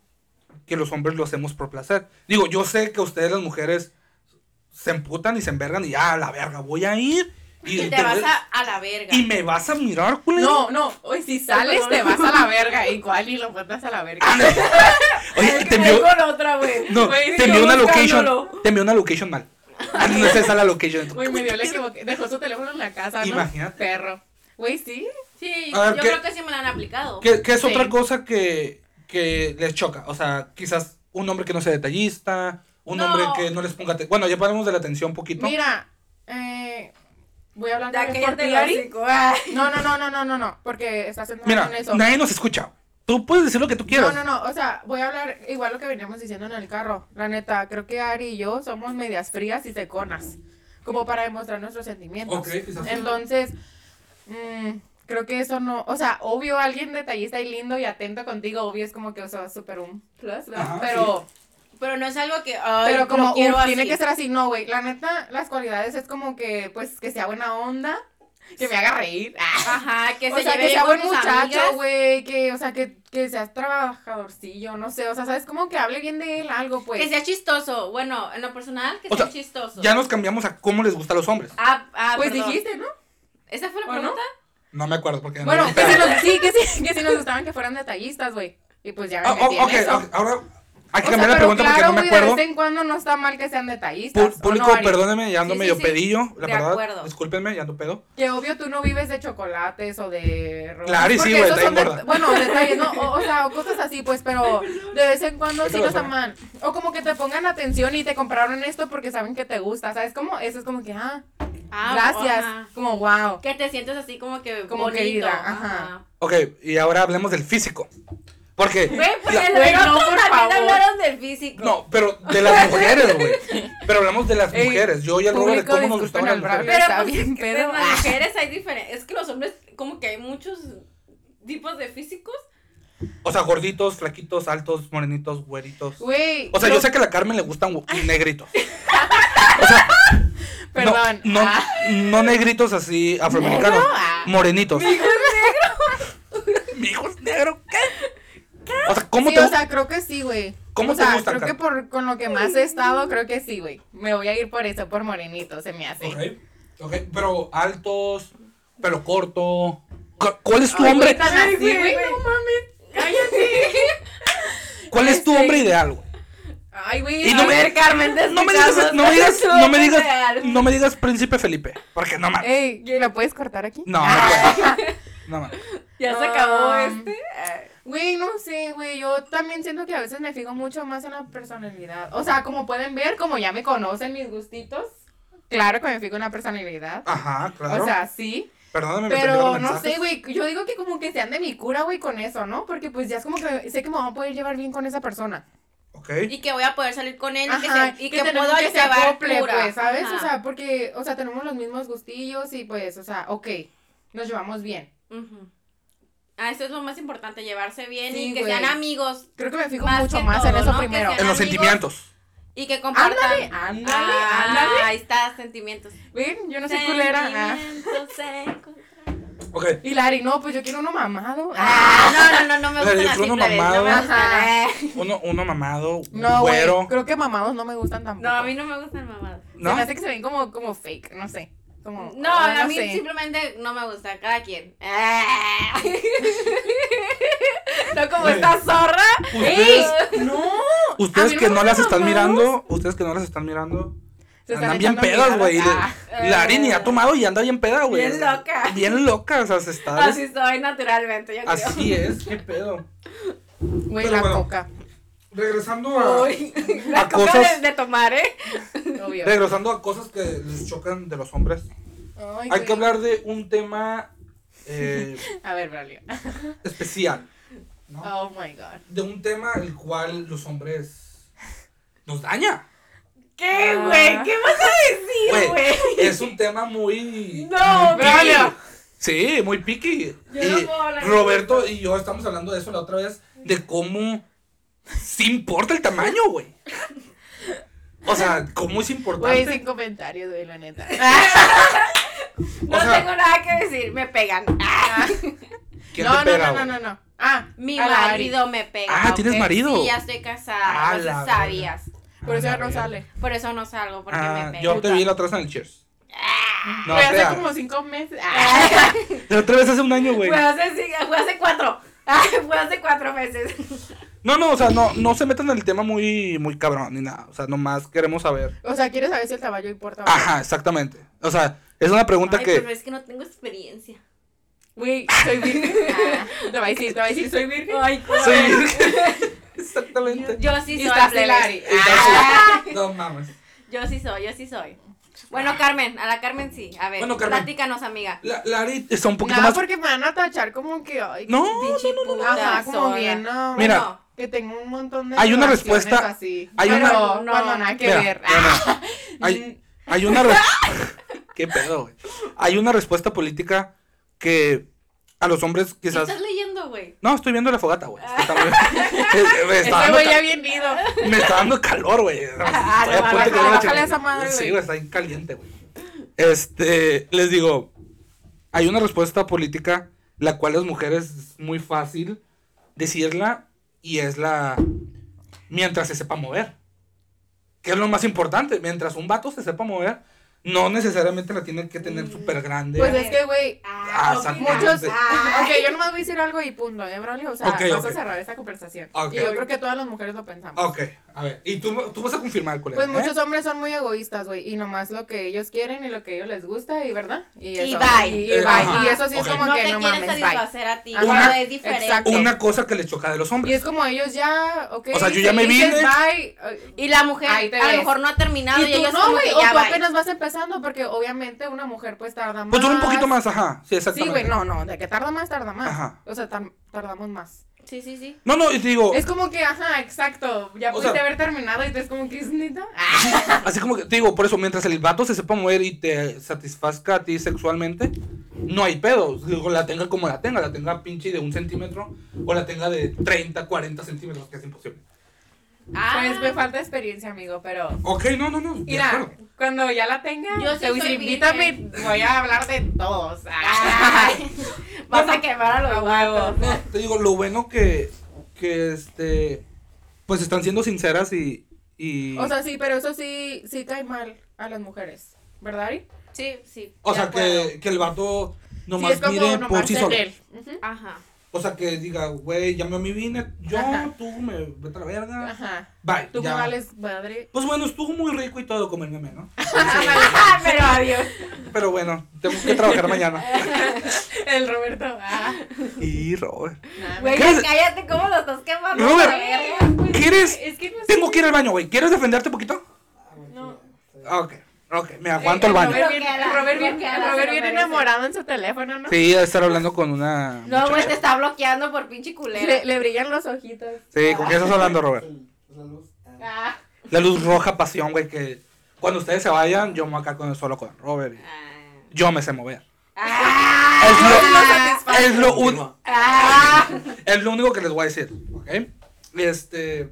que los hombres lo hacemos por placer. Digo, yo sé que ustedes las mujeres se emputan y se envergan y ya, a la verga, voy a ir y, Y te te- vas a, a la verga. y me vas a mirar, culero. No, no, hoy si sales te vas a la verga igual y lo mandas a la verga. Ah, no. Oye, te envió, con otra, güey. no, güey, te envió una buscándolo. location, te envió una location mal. Ah, No es esa la location. Güey, me dio la equivoqué. Dejó su teléfono en la casa, ¿no? Imagínate. Perro. Güey, sí. Sí, A ver, yo ¿qué- creo que sí me la han aplicado. ¿Qué, qué es Sí. otra cosa que, que les choca? O sea, quizás un hombre que no sea detallista, un No. hombre que no les ponga... atención. Bueno, ya paramos de la atención un poquito. Mira, eh, voy a hablar De también aquella por ti, del Ah, Ari. hocico, ay. No, no, no, no, no, no, no, porque estás haciendo Mira, en eso. nadie nos escucha. Tú puedes decir lo que tú quieras. No, no, no, o sea, voy a hablar igual lo que veníamos diciendo en el carro. La neta, creo que Ari y yo somos medias frías y seconas, como para demostrar nuestros sentimientos. Ok, quizás sí. Entonces, mm, creo que eso no, o sea, obvio alguien detallista y lindo y atento contigo, obvio es como que eso es súper un plus, ¿verdad? Ajá, pero, Pero no es algo que. Ay, pero como lo quiero "Uf, así. tiene que ser así, no, güey. La neta, las cualidades es como que, pues, que sea buena onda, que me haga reír. Ah, Ajá, que se o sea, lleve que bien sea con buen sus amigas. muchacho, güey, que, o sea, que, que seas trabajadorcillo, no sé, o sea, sabes como que hable bien de él algo, pues. Que sea chistoso. Bueno, en lo personal, que O sea, sea, chistoso. Ya nos cambiamos a cómo les gusta a los hombres. Ah, ah, pues perdón. dijiste, ¿no? ¿Esa fue la ¿O no? pregunta? No me acuerdo porque. Bueno, pues, no que sí, nos, sí, que sí, que sí nos gustaban que fueran detallistas, güey. Y pues ya me Ah, metí oh, en ok, eso. ok, ahora hay que O sea, cambiar la pero pregunta porque claro, no me güey, acuerdo. De vez en cuando no está mal que sean detallistas. ¿o Pu- no, público, Ari? perdóneme, ya ando Sí, sí, medio sí. pedillo, la De verdad. acuerdo. Discúlpenme, ya ando pedo. Que obvio tú no vives de chocolates o de rosas. Claro, y sí, porque güey, esos está son bien de- gorda. Bueno, detalles, ¿no? O, o sea, o cosas así, pues, pero de vez en cuando Eso sí lo nos saben. aman. O como que te pongan atención y te compraron esto porque saben que te gusta, ¿sabes? Como, eso es como que, ah, Ah, gracias. ajá. Como, wow. Que te sientes así como que Como bonito. querida, ajá. Ok, y ahora hablemos del físico. Porque. Güey, pues la- [laughs] el Güey, no, no, por también favor. hablaron del físico. no, pero de las [laughs] mujeres, güey. Pero hablamos de las Ey, mujeres. Yo y el Robert de público, cómo nos disculpen gustaban las al Braulio. mujeres. Pero Está pues, bien ah. es que pedo. en las mujeres hay diferentes. Es que los hombres, como que hay muchos tipos de físicos. O sea, gorditos, flaquitos, altos, morenitos, güeritos. Güey. O sea, lo- yo sé que a la Carmen le gustan gu- negritos. No, Perdón. No, Ah. no negritos así afroamericanos. ¿Negro? Ah. Morenitos. Mi hijo es negro. [laughs] Mi hijo es negro. ¿Qué? O sea, ¿cómo sí, te o gusta? sea, creo que sí, güey. ¿Cómo o te sea, gusta, creo que Kat? por, con lo que más he estado, creo que sí, güey. Me voy a ir por eso, por morenito, se me hace. ok, pero altos, pelo corto. Cu- ¿Cuál es tu Ay, hombre? güey, tan así, Ay, güey, güey, güey. no mames. Cállate. ¿Cuál es tu este- hombre ideal, güey? Ay, Y güey. no a me- ver, Carmen, te No me escuchamos. digas, no me [laughs] digas, tu no me hombre digas, ideal. no me digas príncipe Felipe, porque no mames. Ey, ¿lo puedes cortar aquí? No, no puedo. No mames. Ya se Ah. acabó este. Ah. Güey, no sé, güey. Yo también siento que a veces me fijo mucho más en la personalidad. O sea, como pueden ver, como ya me conocen mis gustitos, claro que me fijo en la personalidad. Ah, Ajá, claro. O sea, sí. Perdóname, me perdí Pero los no mensajes. sé, güey, yo digo que como que sean de mi cura, güey, con eso, ¿no? Porque pues ya es como que sé que me voy a poder llevar bien con esa persona. Ok. Ok. y que voy a poder salir con él y que Ajá, se- y que, tenemos puedo que se llevar acople, cura. pues, ¿sabes? Ajá. O sea, porque, o sea, tenemos los mismos gustillos y pues, o sea, ok, nos llevamos bien. Ujú. Ah, eso es lo más importante, llevarse bien Sí, y que güey. sean amigos Creo que me fijo Más mucho que más en todo, eso ¿no? Que primero. sean- En los amigos. sentimientos. y que compartan. Ándale, ándale, Ah, ándale. Ahí está, sentimientos. Ven, yo no soy culera. ah. Sentimientos encontrados. Ok. Y Lari, no, pues yo quiero uno mamado. Ah, no, no, no, no me Pero gustan yo las creo uno simples, no me mamado. gustan. eh. Uno, uno mamado, No, güey, güero. creo que mamados no me gustan tampoco. No, a mí no me gustan mamadas. ¿No? Se me hace que se ven como, como fake, no sé. Como, No, ah, a mí sé. simplemente no me gusta, cada quien. [laughs] Ah. No como esta zorra. Ustedes, No, ustedes a mí que no no me las están mamados. mirando, ustedes que no las están mirando, Se están andan bien echando pedas, miradas, güey. ah. La ni ha tomado y anda bien peda, güey. Bien loca. Bien loca, o sea, se está. des- Así soy naturalmente, yo creo. Así es, qué pedo. Güey, Pero la bueno. coca, Regresando Uy, [laughs] la A coca cosas- de, de tomar, ¿eh? [laughs] obvio. Regresando a cosas que les chocan de los hombres. Ay, Hay que güey. hablar de un tema [laughs] eh, A ver, Braulio. especial. ¿no? Oh my god. De un tema el cual los hombres nos daña. ¿Qué, Ah. güey? ¿Qué vas a decir, Güey, güey? es un tema muy. No, muy picky. Braulio. Sí, muy picky. Yo Y no puedo hablar de Roberto y yo estamos hablando de eso la otra vez, de cómo sí importa el tamaño, güey. O sea, cómo es importante. Güey, sin comentarios, güey, la neta. [laughs] No Ah. o sea- tengo nada que decir, me pegan. [laughs] Ah, ¿Quién no, te pega, no, no, güey? no, no, no. Ah, mi a la Ari. marido me pega. Ah, ¿tienes ¿ok? marido? Sí, ya estoy casada, Ah, no la sé si sabías. Por eso Ah, la ya no verga. sale. Por eso no salgo, porque Ah, me pega. yo te vi la otra vez en el Cheers. No, Güey, hace espera. como cinco meses. Ah. Ah, La otra vez hace un año, güey. Fue hace, sí, fue hace cuatro. [laughs] Ah, Fue hace cuatro meses. No, no, o sea, no, no se metan en el tema muy, muy cabrón ni nada. O sea, nomás queremos saber. O sea, ¿quieres saber si el tamaño importa? o no? Ajá, exactamente. O sea, es una pregunta Ay, pero que. es que no [laughs] tengo experiencia. Güey, soy virgen. [laughs] Ah, Te va a decir, te va a decir, soy virgen. Ay, Sí, güey. exactamente. Yo sí Y soy. estás plebes. el Ari. Ah, No mames. yo sí soy, yo sí soy. Bueno, Carmen, a la Carmen sí. A ver, Bueno, Carmen. platícanos, amiga. La, Lari está un poquito Nada, más. porque me van a tachar como que, ay, No, Pinche puta Ajá, como zorra. bien, no. Mira, Bueno, que tengo un montón de. Hay una relaciones respuesta- Así. hay pero una- no. cuando nada que Mira, ver. Ah. mira, mira. Hay, hay una res- [laughs] ¿Qué pedo, güey? Hay una respuesta política que a los hombres ¿qué quizás. estás leyendo, güey? No, estoy viendo la fogata, güey. Es que está muy- [laughs] es que me, está Este dando Ah. güey ya ca- bien ido. me está dando calor, [laughs] güey. Estoy Ah, a no, punto bájale, de quedarme bájale chingando. esa madre, Sí, güey. güey, está bien caliente, güey. Este, les digo, hay una respuesta política la cual las mujeres es muy fácil decirla y es la mientras se sepa mover. Que es lo más importante, mientras un vato se sepa mover, no necesariamente la tiene que tener súper grande. Pues es que, güey. Ah, ok. exactamente. Muchos. ah, [laughs] ok, yo nomás voy a decir algo y punto, ¿eh, Braulio? O sea, Ah. Ok, vamos ok. Ah, a cerrar esta conversación. Ok. Y yo creo que todas las mujeres lo pensamos. Ok, a ver, y tú, tú vas a confirmar, colega. Pues ¿eh? muchos hombres son muy egoístas, güey, y nomás lo que ellos quieren y lo que a ellos les gusta, y ¿verdad? Y, eso, bye. Y, y Eh, bye. ajá. Y eso sí Ok. es como no que te no quieres mames, bye. satisfacer a ti. Ajá, Una, es diferente. exacto. Una cosa que le choca de los Y hombres. es como ellos ya, ok. O sea, yo ya me felices, vine. Bye. Y la mujer Ahí te a ves. lo mejor no ha terminado y, y tú ellos no, como güey, que o tú ya va. apenas vas empezando, porque obviamente una mujer pues tarda más. Pues dura un poquito más, ajá. Sí, Sí, exactamente. güey, no, no, de que tarda más, tarda más. Ajá. O sea, tam- tardamos más. Sí, sí, [laughs] sí. No, no, y te digo, Es como que, ajá, exacto, ya O pudiste sea- haber terminado y tú es como que es neta. así como que te digo, por eso, mientras el vato se sepa mover y te satisfazca a ti sexualmente, no hay pedo. Digo, la tenga como la tenga, la tenga pinche de un centímetro o la tenga de 30, 40 centímetros, que es imposible. Ah, Pues me falta experiencia, amigo, pero... Ok, no, no, no. de Mira, acuerdo. cuando ya la tenga, Yo sí te voy a soy decir, invítame, virgen". voy a hablar de todos. Ah. ay, [laughs] vas a quemar a A los huevo. huevos. No, te digo, lo bueno que, que este, pues están siendo sinceras y... y O sea, sí, pero eso sí, sí cae mal a las mujeres, ¿verdad, Ari? Sí, sí. o de sea, acuerdo. que, que el vato sí, nomás es como mire por nomás sí de solo. él. Ujú. Ajá. O sea, que diga, güey, ya me vine, yo, Ajá. tú, me, vete a la verga. Ajá. Bye. Tú ya. me vales madre. Pues bueno, estuvo muy rico y todo comer meme, ¿no? [laughs] Pero adiós. Pero bueno, tengo que trabajar mañana. El Roberto. Ah, Y Robert. nada, Güey, ¿Qué? ya cállate, ¿cómo lo estás quemando? Robert. A ver. Pues, ¿Quieres? Es que no sé. Tengo que ir al baño, güey. ¿Quieres defenderte un poquito? No. Eh, Ah, Ok, ok, me aguanto al Robert baño. Pero bien- queda, Robert no bien, queda, el se Robert lo bien merece. enamorado en su teléfono, ¿no? Sí, debe estar hablando con una. No, güey, muchacha. te está bloqueando por pinche culero. Le, le brillan los ojitos. Sí, ¿con qué estás hablando, Robert? El- la luz. Ah, La luz roja pasión, güey, que cuando ustedes se vayan, yo me voy a quedar con solo con Robert. y ah, Yo me sé mover. ah, Es lo- eso no satisface. Es lo, un- Continúa. Ah, [laughs] es lo único que les voy a decir, ¿ok? Este,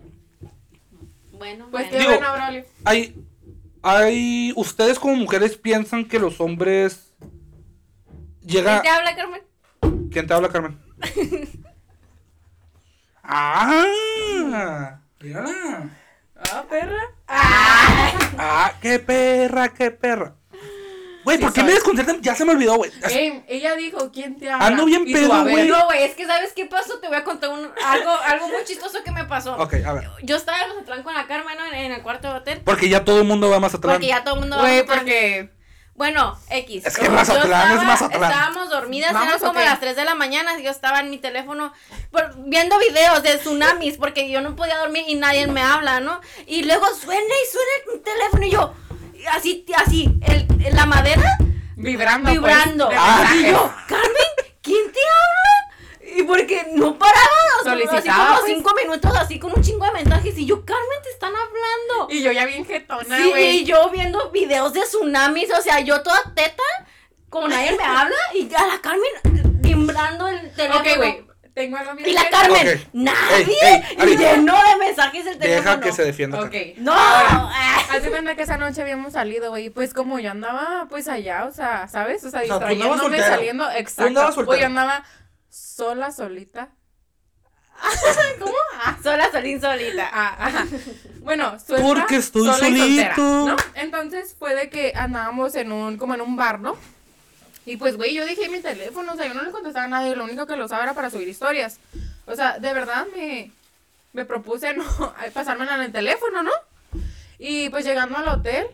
Bueno, pues qué bueno. Digo- bueno, Braulio. hay, hay, ustedes como mujeres piensan que los hombres llega ¿Quién te habla, Carmen? ¿Quién te habla, [laughs] Carmen? ¡Ah! Mírala. Ah, perra. ¡Ah, qué perra, qué perra! Güey, ¿por qué me desconcertan? Ya se me olvidó, güey. Así- Ey, ella dijo, ¿quién te habla? Ando bien Y tú, pedo, a ver, güey. No, güey, es que ¿sabes qué pasó? Te voy a contar un- algo, algo muy chistoso que me pasó. Ok, a ver. Yo estaba en Mazatlán con la Carmen ¿no? en, en el cuarto de hotel. Porque ya todo el mundo va más atrás. Porque ya todo el mundo... Güey, Mazatlán. porque... Bueno, X. Es que Yo Mazatlán es estaba- Mazatlán. Estábamos dormidas, ¿Vamos eran o como qué? las 3 de la mañana. Yo estaba en mi teléfono por- viendo videos de tsunamis porque yo no podía dormir y nadie me habla, ¿no? Y luego suena y suena el teléfono y yo, y así, así, el- la madera Vibrando. pues, vibrando. de Ah, mensajes. y yo, Carmen, ¿quién te habla? Y porque no paraba, o sea, así Solicitaba, como pues. cinco minutos, así con un chingo de mensajes. Y yo, Carmen, te están hablando. Y yo ya bien jetona, Sí, güey. y yo viendo videos de tsunamis, o sea, yo toda teta, como nadie me habla, y a la Carmen timbrando el teléfono. Ok, güey. Tengo algo bien Y la jetona. Carmen, Ok. nadie, Ey, ey, y Ari. llenó de mensajes el teléfono. Deja que se defienda. Ok. Carmen. No, Ahora, [laughs] ah, Hace cuenta que esa noche habíamos salido, güey. y Pues como yo andaba, pues allá, o sea, ¿sabes? O sea, O sea, tú andabas distrayéndome, soltera. saliendo. Exacto. andabas Güey, soltera. yo andaba sola, solita. Ah, sola, solín, solita. Ah, ajá. Bueno, suelta, Porque estoy sola y soltera, solito. ¿no? Entonces fue de que andábamos en un, como en un bar, ¿no? Y pues, güey, yo dejé mi teléfono, o sea, yo no le contestaba a nadie, lo único que lo usaba era para subir historias. O sea, de verdad me, me propuse no [laughs] pasármela en el teléfono, ¿no? Y pues llegando al hotel,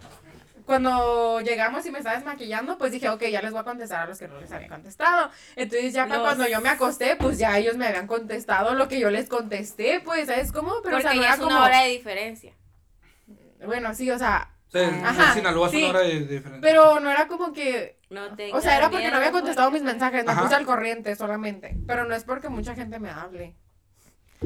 cuando llegamos y me estaba desmaquillando, pues dije, ok, ya les voy a contestar a los que no les había contestado. Entonces ya para Los- cuando yo me acosté, pues ya ellos me habían contestado lo que yo les contesté, pues, ¿sabes cómo? Pero o porque sea, no ya era es como... una hora de diferencia. Bueno, sí, o sea, O sea, en- Ajá, en Sinaloa es sí. una hora de diferencia. pero no era como que... No pues. te O sea, era porque no había contestado mis mensajes, me Ajá. puse al corriente solamente. Pero no es porque mucha gente me hable.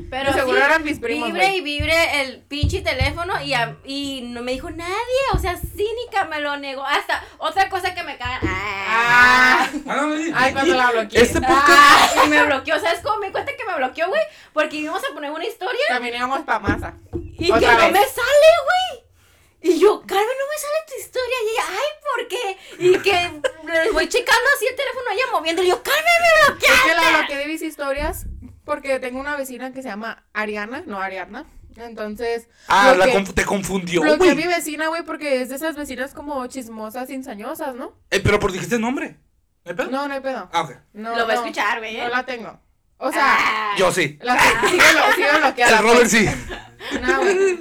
Pero Y seguro sí, eran mis primos, Vibre güey. y vibre el pinche teléfono y, a- y no me dijo nadie. O sea, cínica me lo negó. Hasta otra cosa que me caga. [laughs] Ah, Ah, no, sí. ay, cuando la bloqueé. Este podcast. Ah, y me bloqueó. ¿Sabes cómo me di cuenta que me bloqueó, güey? Porque íbamos a poner una historia También íbamos pa' masa. y Otra que vez. no me sale, güey. Y yo, Carmen, no me sale tu historia. Y ella, ay, ¿por qué? Y que le voy checando así el teléfono, ella moviendo. Y yo, Carmen, me bloqueaste. Es que la bloqueé de mis historias porque tengo una vecina que se llama Ariana, no Ariadna. Entonces, Ah, la bloqueé- conf- te confundió, bloqueé a mi güey. vecina, güey, porque es de esas vecinas como chismosas, ensañosas, ¿no? Eh, pero por dijiste nombre. ¿No hay pedo? No, no hay pedo. Ah, ok. No, lo va a no, escuchar, güey. No la tengo. O sea, Ah. Yo sí. la [laughs] tengo. Sigo, blo- sigo bloqueada. El Robert pues. sí. No, güey.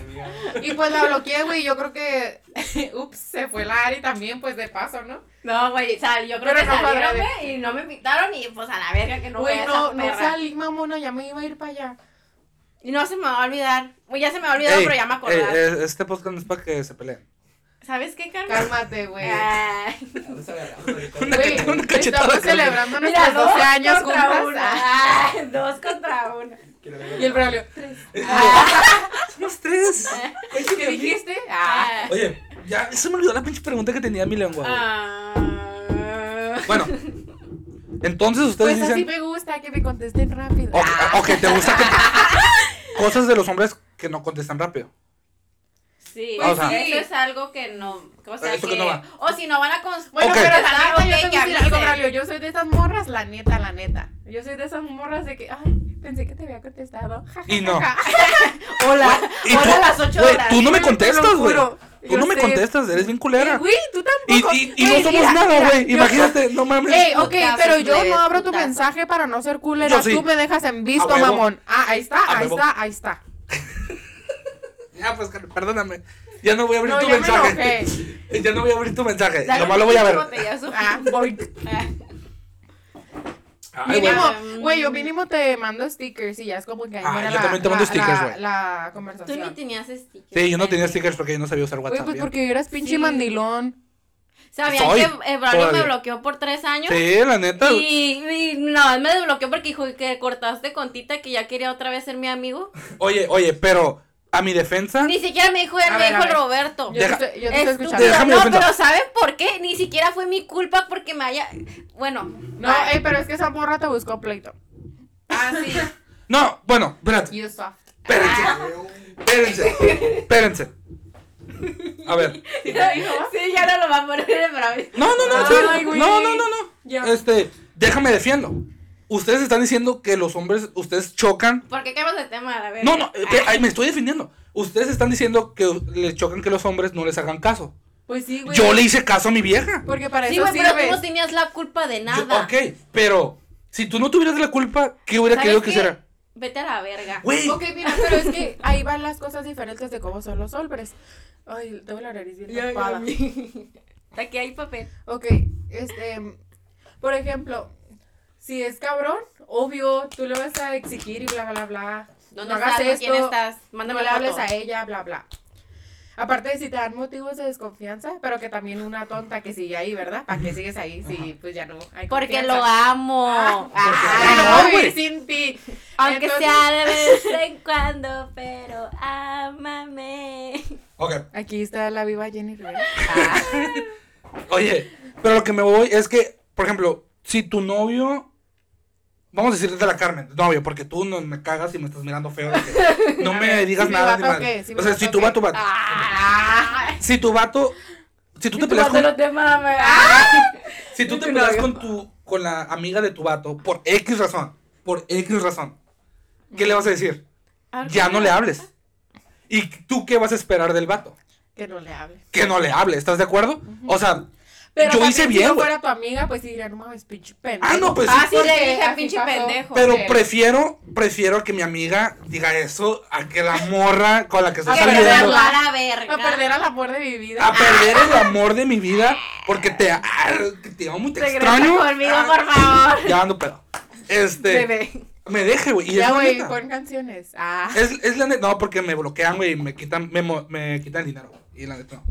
Amiga, Y pues la bloqueé, güey. Yo creo que. [laughs] Ups, se fue la Ari también, pues de paso, ¿no? No, güey, sal, yo creo Pero que no fue salieron, adrede. güey, y no me invitaron y pues a la verga que no voy a Güey, esa no, perra. no salí, mamona. Ya me iba a ir para [laughs] allá. Y no se me va a olvidar. Güey, ya se me va a olvidar, Ey, pero ya me acordé. ey, eh, este podcast es para que se [laughs] peleen. ¿Sabes qué, Carmen? Cálmate, güey. Ah, ¿dónde está la- dónde está la- Güey, una cachetada, estamos Carmen. celebrando mira, nuestros 12 años contra juntas. uno. Ah, Ah, [laughs] dos contra uno. Quiero ver la- Y el Braulio. Somos tres. ¿Qué dijiste? [laughs] Ah. Ah. Oye, ya se me olvidó la pinche pregunta que tenía en mi lengua. güey. Ah. Bueno, entonces ustedes Pues así dicen. me gusta que me contesten rápido. Ok, Ah. ok, te gusta que. Cosas de los hombres que no contestan rápido. Sí, Pues O sea- eso es algo que no. O sea, Eso que que no va. O si no van a. cons- Bueno, Ok. pero la neta, Ok, Ah, yo te voy a que decir algo, avisen. Braulio. Yo soy de esas morras, la neta, la neta. Yo soy de esas morras de que, ay, pensé que te había contestado. Ja, ja, Y no. ja, ja. Hola. Y Hola tú- a las 8 güey, horas. Tú no me Te lo contestas, güey. juro. Tú Yo no me sé. contestas, eres bien Eh, culera. Güey, tú Y, tampoco. y, y no Güey, somos mira, nada, mira, güey. yo- Imagínate, no mames. Ey, ok, Putazos, pero yo plebes, no abro tu putazos. mensaje para no ser culera. Yo sí. Tú me dejas en A visto, huevo. mamón. Ah, ahí está, A ahí huevo. está, ahí está. Ya, pues, Carmen, perdóname. Ya no voy a abrir No, tu ya me pues, mensaje. [laughs] ya no voy a abrir tu mensaje. Dale Eh, Nomás lo un voy a pinche ver. botellazo. Ah, voy. Ah. [laughs] Ay, güey. Mínimo, bueno. güey, yo mínimo te mando stickers y ya es como que ahí Ah, muere yo la- también te mando la- stickers, la- güey. La Tú ni conversación. tenías stickers. Sí, yo no tenía Eh, stickers porque yo no sabía usar Güey, WhatsApp. pues bien. porque eras pinche Sí. mandilón. Sabían Soy, que eh, Braulio me todavía. bloqueó por tres años. Sí, la neta. Y, y no, él me desbloqueó porque dijo que cortaste con Tita que ya quería otra vez ser mi amigo. Oye, oye, pero a mi defensa, Ni siquiera me dijo él, A me ver, dijo a el ver. Roberto. Yo te Deja- estoy- yo te estoy Estúpido. escuchando. Déjame No, defender. pero ¿saben por qué? Ni siquiera fue mi culpa porque me haya. Bueno. ah, No, [laughs] ay, eh, pero es que esa morra te buscó pleito. ah, sí. no, bueno, espérate, You soft. Ah. espérense, espérense, espérense. A ver, [laughs] sí, ya no lo va a poner en bravi. no, no, no, Ay, sí, güey. no, no, no, no, Ya. este, déjame defiendo. Ustedes están diciendo que los hombres, ustedes chocan ¿Por qué cambiamos de tema? A ver. No, no, eh, ay, me estoy defendiendo. Ustedes están diciendo que les chocan que los hombres no les hagan caso. Pues sí, güey. Pues Yo le hice caso a mi vieja. Porque para Ah, Sí, eso güey, pero tú sirves. no tenías la culpa de Yo- nada. ok, pero si tú no tuvieras la culpa, ¿qué hubiera ¿Sabes querido que qué? hiciera? Vete a la verga. Güey, Ok, mira, pero es que ahí van las cosas diferentes de cómo son los hombres. Ay, tengo la nariz bien tapada. Aquí hay papel. Ok, este, por ejemplo, si es cabrón, obvio, tú le vas a exigir y bla, bla, bla. ¿Dónde No estás? hagas ¿Con quién esto, estás? No Mándame le la hables foto. a ella, bla, bla. Aparte, si te dan motivos de desconfianza, pero que también una tonta que sigue ahí, ¿verdad? ¿Para qué sigues ahí? Sí, pues ya no. hay Porque confianza? lo amo. Ah, Ah, no, güey. vivir sin ti. Aunque Entonces- sea de vez [laughs] en cuando, pero ámame. ok. Aquí está la viva Jenny Rivera. Oye, pero lo que me voy es que, por ejemplo, si tu novio. Vamos a decirte la Carmen, novio, porque tú no me cagas y me estás mirando feo. de [laughs] que no me digas Si mi nada. vato, ni madre. ¿qué? Si mi o sea, vato, Ah. si tu ¿qué? vato, vato. Ah. Si tu vato. Si tú te peleas con. te Ah. mames. Si tú Y te tu peleas novio. con tu con la amiga de tu vato por X razón, por X razón, ¿qué le vas a decir? Ya no le hables. ¿Y tú qué vas a esperar del vato? Que no le hable. Que no le hable, ¿estás de acuerdo? O sea, yo también, hice Si bien, no güey. fuera tu amiga, pues sí diría, no mames, pinche pendejo. Ah, no, pues Ah, sí. sí, Porque le dije así pinche pasó. pendejo. Pero joder. prefiero, prefiero que mi amiga diga eso a que la morra con la que estoy A Que perder me saliendo. la- a la verga. A perder al amor de mi vida. A perder el amor de mi vida porque te, ah, que te amo, te Regresa extraño. conmigo, Ah, por favor. Ya ando pedo. Este. Bebé. Me deje, güey. y es Ya, la güey, neta. pon canciones. Ah. Es, es la neta, no, porque me bloquean, güey, y me quitan, me, mo- me quitan el dinero. Y la neta, no.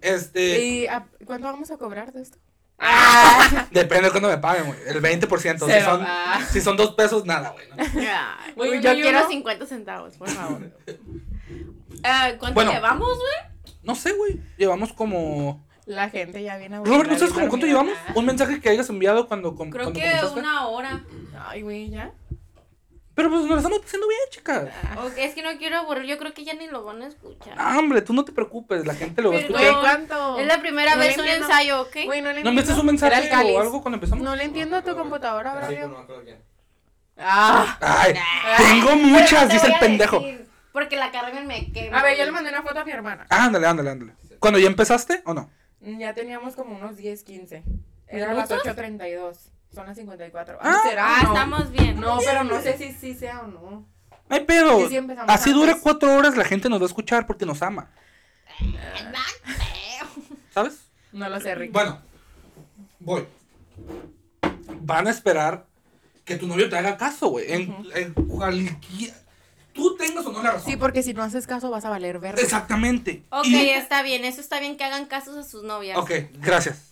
Este, ¿Y a- cuánto vamos a cobrar de esto? depende de cuándo me paguen, güey. El 20%. Si Cero. son, Ah. si son dos pesos, nada, güey. ¿no? [laughs] Ay, Güey, uy, uno yo y quiero uno. 50 centavos, por favor. Ah, ¿Cuánto Bueno. llevamos, güey? No sé, güey. Llevamos como. La gente ya viene a Robert, ¿no sabes bien como cuánto dormida. llevamos? Un mensaje que hayas enviado cuando. con- Creo cuando que comenzaste. una hora. Ah. Ay, güey, ya. Pero pues nos lo estamos haciendo bien, chica. Ok, es que no quiero aburrir, yo creo que ya ni lo van a escuchar. Ah, hombre, tú no te preocupes, la gente lo va a Pero- escuchar. Güey, ¿cuánto? Es la primera No le vez un entiendo. ensayo, ¿ok? Güey, no le ¿No entiendo. me haces un Era el mensaje cáliz. o algo cuando empezamos? No le entiendo a tu computadora, Sí, pero Braulio. no me acuerdo quién. Ah. Ay, Ah. tengo Pero no muchas, te dice voy el a pendejo. decir, Porque la Carmen me quema. A ver, yo le mandé una foto a mi hermana. Ándale, ándale, ándale. ¿Cuando ya empezaste o no? Mm, Ya teníamos como unos 10, 15. Eran las 8.32. Son las 54. Ah. ¿será? Ah, No. estamos bien. No, pero no sé si sí sea o no. No hay pedo. Que sí empezamos Así dura antes. cuatro horas, la gente nos va a escuchar porque nos ama. ¿Sabes? No lo sé, Rick. Bueno, voy. Van a esperar que tu novio te haga caso, güey. En, en cualquier. Tú tengas o no la razón. Sí, porque si no haces caso vas a valer verga. Exactamente. Ok, Y- está bien, eso está bien que hagan casos a sus novias. Ok, gracias.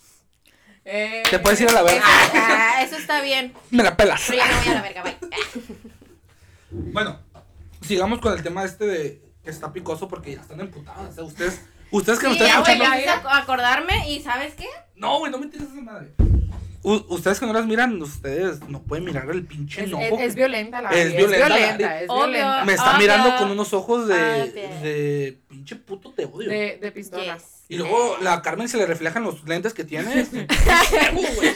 Eh, Te puedes ir a la Eso, [laughs] verga. ah, eso está bien. Me la pelas. Pero ya me voy a [laughs] la verga, bye. Bueno, sigamos con el tema este de que está picoso porque ya están emputadas. ¿eh? Ustedes, ustedes que nos Sí, están ya, güey, escuchando. ya quise ac- acordarme y ¿sabes qué? No, güey, no me entiendes esa madre. U- ustedes que no las miran, ustedes no pueden mirar el pinche Es, enojo. es- es que- violenta la Es vida, violenta la Es violenta, vida. es Obvio. violenta. me está Ah, mirando ya. con unos ojos de, Ah, ok. de pinche puto te odio. De, de pistola. [laughs] Y Yes. luego la Carmen se le reflejan los lentes que tiene. este, huevo, güey.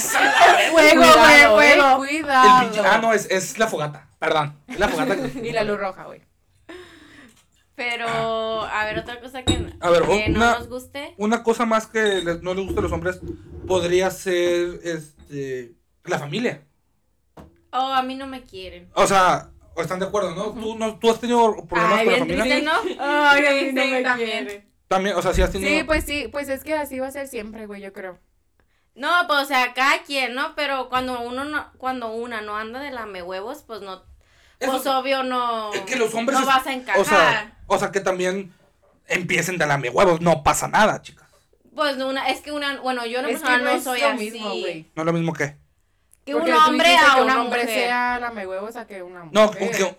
Sala, güey. Fuego, güey, Cuidado, eh, fuego. El pinche- ah, Cuidado. no, es, es la fogata. Perdón. Es la fogata. que- [laughs] Y la luz roja, güey. [laughs] Pero, a ver, otra cosa que, A ver, que una- no nos guste. Una cosa más que les- no les gusta a los hombres podría ser este la familia. Oh, a mí no me quieren. O sea, o están de acuerdo, ¿no? Tú, no, tú has tenido problemas Ay, con la bien familia. ¿Usted no? Ay, a mí no me quieren. También, o sea, sí has tenido. Sí, pues sí, pues es que así va a ser siempre, güey, yo creo. No, pues o sea, cada quien, ¿no? Pero cuando uno no, cuando una no anda de lame huevos, pues no, Eso- pues obvio no, Es que los hombres. no es- vas a encajar. O sea, o sea que también empiecen de lame huevos. No pasa nada, chicas. Pues no, una, es que una, bueno, yo no, es que personal no, no es soy lo así. mismo, güey. No es lo mismo que. Que Porque un tú hombre dijiste a que una un hombre mujer. sea lamehuevos a que una mujer. No, como que.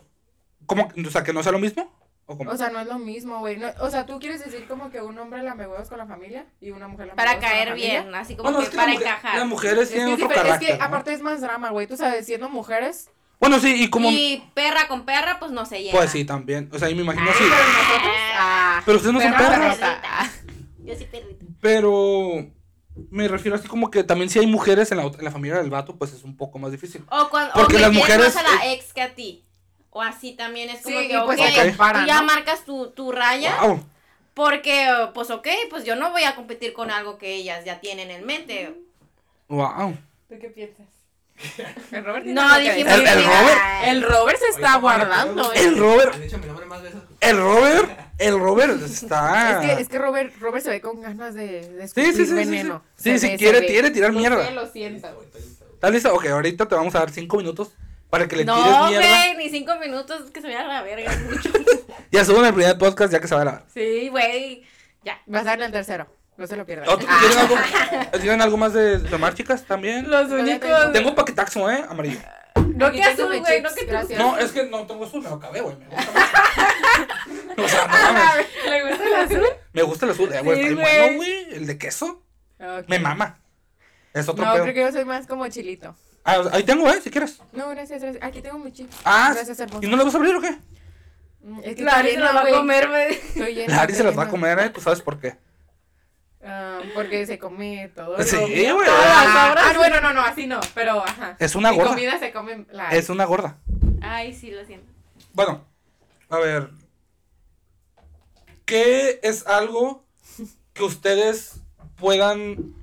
como que- o sea, que no sea lo mismo. O como- O sea, no es lo mismo, güey. No- o sea, tú quieres decir como que un hombre lame huevos con la familia y una mujer lame Para huevos con la caer familia? bien, así como Bueno, que es que la para mujer- encajar. Las mujeres Es que, es, tienen otro diferente- es que carácter. ¿no? aparte es más drama, güey. Tú sabes, siendo mujeres. Bueno, sí, y como. Y perra con perra, pues no se lleva. Pues sí, también. O sea, y me imagino así. Pero nosotros. Ah, Pero ustedes no son Perra, perros. perrota. Yo soy perrita. Pero me refiero así como que también si hay mujeres en la, ot- en la familia del vato, pues es un poco más difícil. O cuando Porque o las las mujeres mujeres- más a la ex que a ti. O así también es como sí, que y pues ok, se se comparan. tú ya marcas tu, tu raya Wow. porque pues ok, pues yo no voy a competir con algo que ellas ya tienen en mente. Wow. ¿Tú qué piensas? [laughs] El Robert No, tiene algo ¿El- que dijimos el decir. Robert? El Robert se está guardando, El eh. Robert. Han dicho mi nombre más veces. El Robert. El Robert está. [laughs] Es que, es que Robert, Robert se ve con ganas de, de Sí, escupir sí, sí, sí, sí. veneno. Sí, Se si ve, se quiere, ve. quiere tirar mierda. Lo siento. ¿Estás listo? Ok, ahorita te vamos a dar cinco minutos para que le No, tires mierda. güey, ni cinco minutos que se vaya a la verga es mucho. Ya suben el primer podcast ya que se va a la. [laughs] Sí, güey. Ya. Vas a dar en el tercero. No se lo pierdas. ¿Otro- Ah. ¿Tienen, algo, ¿Tienen algo más de tomar, chicas? También. Los Todavía únicos. Tengo un paquetaxo, ¿eh? Amarillo. No Aquí que tengo azul, mis güey, no chips, que tú. gracias. No, es que no tengo azul, me lo acabé, güey. Me gusta más. [laughs] O sea, no Ah, mames. ¿Le gusta el azul? Me gusta el azul, eh, güey. Sí, está bien güey. bueno, güey. El de queso. [laughs] Ok. Me mama. Es otro No, pedo. creo que yo soy más como chilito. Ah, o sea, ahí tengo, ¿eh? Si quieres. No, gracias, gracias. Aquí tengo mi chip. Ah, Gracias, hermoso. ¿y no la vas a abrir o qué? Mm, Es que Claro, estoy se la llena, va a güey. comer, güey. Estoy llena, La Ari se estoy las va a llena. comer, ¿eh? Tú sabes por qué. Ah, porque se come todo. Sí, lo mío, güey. todas las Ah, sobras. ah, Ah, bueno, no, no, así no. Pero, ajá. Es una Mi gorda. comida se come la... Es una gorda. Ay, sí, lo siento. Bueno, a ver. ¿Qué es algo que ustedes puedan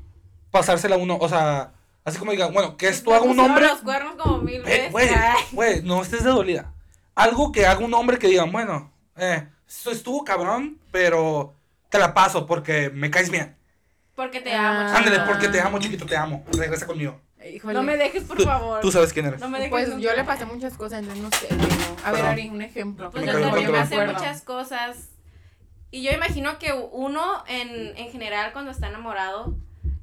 pasársela a uno? O sea, así como digan, bueno, que esto haga Pues un Pusieron hombre. los cuernos como mil Güey, veces. güey, Ay. güey, no estés de dolida. Algo que haga un hombre que digan, bueno, eh, esto estuvo cabrón, pero te la paso porque me caes bien. Porque te amo. Ah. chiquito. Ándale, porque te amo, chiquito, te amo. Regresa conmigo. Híjole. No me dejes, por Tú- favor. Tú sabes quién eres. No me dejes. Pues nunca. yo le pasé muchas cosas, entonces no sé. güey, no. A ver, Perdón. Ari, un ejemplo. Pues Me yo cayó también contra- pasé muchas cosas. Y yo imagino que uno, en, en general, cuando está enamorado,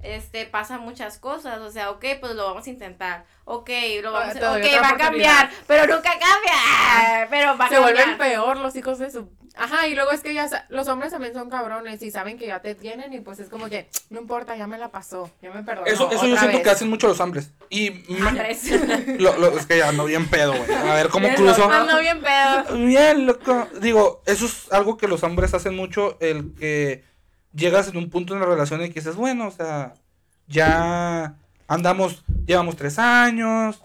este, pasa muchas cosas. O sea, ok, pues lo vamos a intentar. Ok, lo vamos Ah, a... todavía Ok, otra va a cambiar. Pero nunca cambia. Ah, Pero va a Se vuelven cambiar. peor los hijos de su... Ajá, y luego es que ya sa- los hombres también son cabrones y saben que ya te tienen y pues es como que, no importa, ya me la pasó, ya me perdonó. Eso, eso yo otra siento vez. que hacen mucho los hombres. Y ma- Andrés. lo- lo- es que ya ando bien pedo, güey. A ver [laughs] [laughs] cómo Los cruzo. dos no bien pedo. Bien, loco. Digo, eso es algo que los hombres hacen mucho, el que llegas en un punto en la relación y que dices, bueno, o sea, ya andamos, llevamos tres años,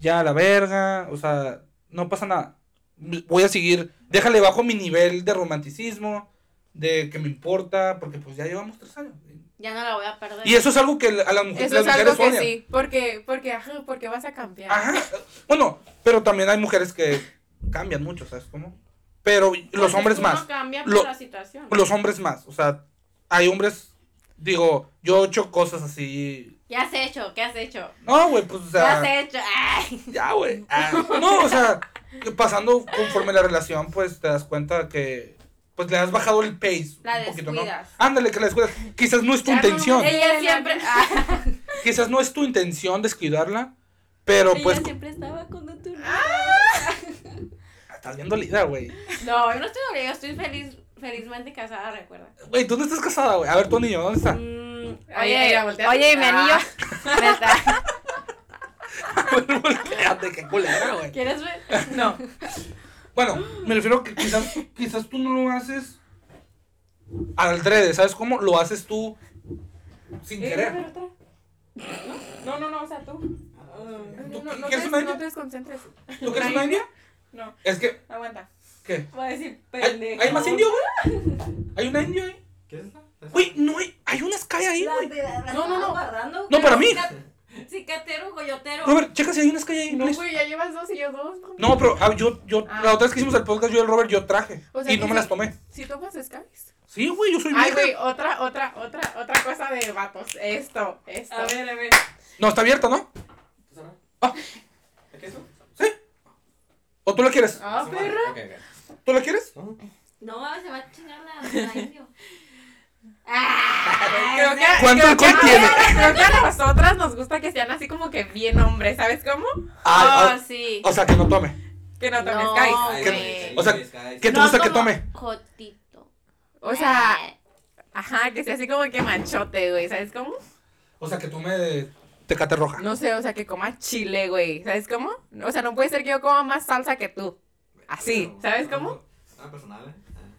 ya a la verga, o sea, no pasa nada. Voy a seguir, déjale bajo mi nivel de romanticismo, de que me importa, porque pues ya llevamos tres años. Ya no la voy a perder. Y eso es algo que a las, mu- Eso las es algo mujeres que odian. sí, porque, porque, ajá, porque vas a cambiar. Ajá. [laughs] Bueno, pero también hay mujeres que cambian mucho, ¿sabes cómo? Pero los Porque hombres uno más. cambia Lo- por la situación. Los hombres más. O sea, hay hombres. Digo, yo he hecho cosas así. ¿Qué has hecho? ¿Qué has hecho? No, güey, pues, o ¿Qué has sea. hecho? Ay. Ya, güey. Ah, No, o sea, que pasando conforme la relación, pues te das cuenta que. Pues le has bajado el pace. La un poquito, ¿no? descuidas. Ándale, que la descuidas. Quizás no es tu intención. Ella siempre. [laughs] Ah. Quizás no es tu intención descuidarla. Pero pues. Ella siempre estaba cuando tú no. Estás bien dolida, güey. No, yo no estoy dolida, estoy feliz, felizmente casada, recuerda. Güey, tú no estás casada, güey. A ver, tu anillo, ¿dónde está? Mm, Ahí, ahí, la volteas. oye, mi anillo. Ah. [laughs] Neta, Bueno, volteate, qué culera, [laughs] güey. ¿Quieres ver? No, Bueno, me refiero que quizás, quizás tú no lo haces al drede, ¿sabes cómo? Lo haces tú sin Eh, querer. no, no, no, o sea, tú. ¿Tú No, no, no quieres te, una idea? no te desconcentres. ¿Tú quieres una india? No, Es que, aguanta. ¿qué? Voy a decir ¿Hay, hay más indio, güey? [laughs] ¿Hay una indio ahí? ¿Qué es esta? Güey, no hay, hay una Sky ahí, güey. No, no, no. No, para mí. Cicatero, goyotero. Robert, checa si hay una Sky ahí, No, please. güey, ya llevas dos y yo dos. güey. No, pero ah, yo, yo, Ah. la otra vez que hicimos el podcast, yo y el Robert, yo traje. O sea, y no me dice- las tomé. Si tomas Skies. Sí, güey, yo soy Ay, vieja. güey, otra, otra, otra, otra cosa de vatos. Esto, esto. A ver, a ver. No, está abierta, ¿no? ¿Tú sabes? Ah. ¿Qué es eso? ¿O tú la quieres? Ah, Su madre. perra. Ok, ok. ¿Tú la quieres? No, se va a chingar [laughs] la, la indio. Ah, Creo que, ¿Cuánto creo que alcohol a- tiene? Creo que a nosotras nos gusta que sean así como que bien hombres, ¿sabes cómo? Ah, oh, sí. ah, o sea, que no tome. que no tomes No, guys. güey. Que- o sea, ¿Qué te No gusta que como tome? Jotito. Ah. O sea, ajá, que sea así como que manchote, güey, ¿sabes cómo? O sea, que tome tecate roja. No sé, o sea, que coma chile, güey, ¿sabes cómo? O sea, no puede ser que yo coma más salsa que tú. Así, ¿sabes cómo? Ah, personal, ¿eh?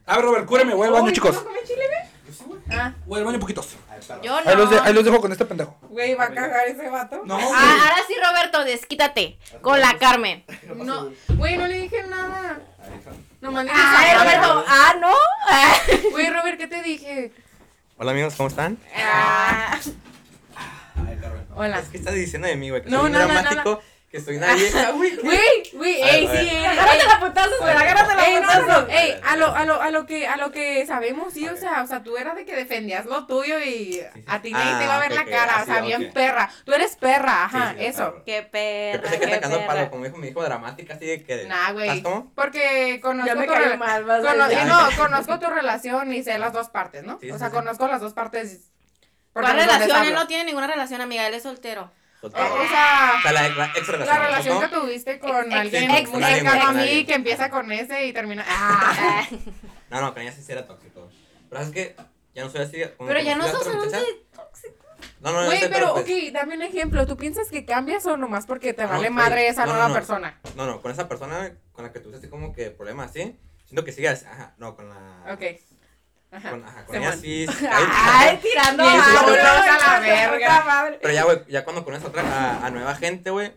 Ah, A ver, Robert, cúreme, voy al baño, Uy, ¿tú chicos. no comes chile, güey? Yo sí, güey. Ah, Voy al baño poquitos. Ay, perro. Yo no. Ahí los, de- ahí los dejo con este pendejo. güey, va a cagar ese vato. No, Ah, ahora sí, Roberto, desquítate con la Carmen. No, güey, no le dije nada. Ahí está. Nomás le dije, Ay, "Sabe". Roberto, ah, no. Ah. [laughs] Güey, Robert, ¿qué te dije? Hola amigos, ¿cómo están? Ah, Ay, perro. hola. [laughs] Es que estás diciendo de mí, güey? Que No, soy no, un no, dramático, que soy nadie. Güey, güey, A ver, ey, a sí, ver. ey, Agárrate la putazos, güey, agárrate la Ey, no, no, putazos. no, ey, a lo, a lo, a lo que, a lo que sabemos, sí, o sea, o sea, tú eras de que defendías lo tuyo y a ti nadie Ah, te iba a ver ok, la ok, cara, o así, sea, ok. bien perra. Tú eres perra, ajá, Sí, sí, eso. claro. Qué Yo perra, pensé que qué atacando al palo, perra. como dijo mi hijo dramática, así de que. Nah, güey. ¿Sabes cómo? Porque conozco Ya me tu cayó rela- mal, vas a cono- decir. no, conozco tu relación y sé las dos partes, ¿no? Sí, o sí, sea, sí. conozco las dos partes. porque ¿Cuál no sé dónde relación? Él hablo. no tiene ninguna relación, amiga, él es soltero. Total. O- o O sea, sea, la, la ex la relación. relación ¿no? que tuviste con Ex- alguien ex- muy ex- cercano a ex- mí ex- que empieza con ese y termina. Ah, Ah, No, no, con ella sí era tóxico. Pero es que ya no soy así. como Pero ya no conocí a sos otra un muchacha. No, no, no. Güey, sé, pero, pues, ok, dame un ejemplo. ¿Tú piensas que cambias o nomás porque te No, vale güey, madre esa no, nueva no, no. persona? No, no, con esa persona con la que tuviste así como que problemas así. Siento que sigas. Ajá, no, con la. Ok. Ajá. Con, ajá, con Simón. [laughs] ella sí. Ay, tirando Bien, barro, vámonos a la hija de verga. puta madre. Pero Eh. ya, güey, ya cuando conoces a, otra, a, a nueva gente, güey,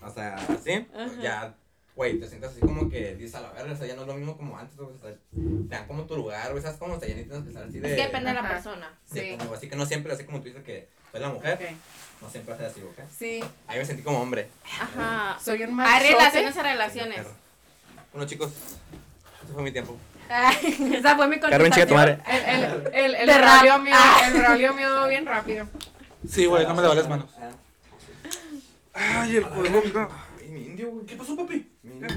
o sea, así, pues ya, güey, te sientes así como que dices a la verga, o sea, ya no es lo mismo como antes, güey, o sea, te dan como tu lugar, güey, ¿sabes cómo? O sea, ya ni tienes que estar así de... Es que depende de la Ajá. persona. de Sí. como- así que no siempre, así como tú dices que soy la mujer, Ok. no siempre haces así, güey. ¿ok? Sí, Ahí me sentí como hombre. Ajá. soy un Hay machote. relaciones a relaciones. Perro. Bueno, chicos, ese fue mi tiempo. Ay, Esa fue mi Carmen, chica, tu contestación. madre. El, el, el, el De rap. rollo mío, Ah. el rollo mío bien rápido. Sí, güey, no me lavas las manos. Ah, Ay, el culo. Ay, mi indio, güey. ¿Qué pasó, papi? Mi indio.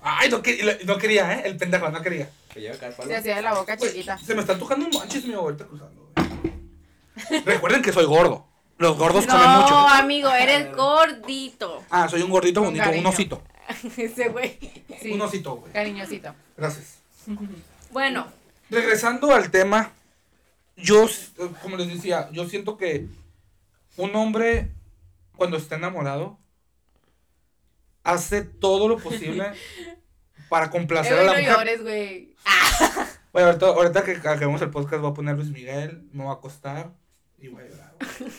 Ay, no, que- no quería, ¿eh? El pendejo, no quería. Que lleva acá el palo. Se hacía de la boca Güey, chiquita. Se me están tocando manches, mi ahorita cruzando. güey. Recuerden que soy gordo. Los gordos comen mucho. No, amigo, eres gordito. Ah, soy un gordito Con bonito, un cariño. osito. Ese güey. Sí, Un osito, güey. cariñosito. Gracias. Bueno, Regresando al tema, yo, s- eh, como les decía, yo siento que un hombre, cuando está enamorado, hace todo lo [laughs] posible para Eh, complacer a güey, la no mujer. llores, güey. Bueno, ahorita, ahorita que acabemos el podcast, voy a poner Luis Miguel, me voy a acostar y voy a llorar. güey.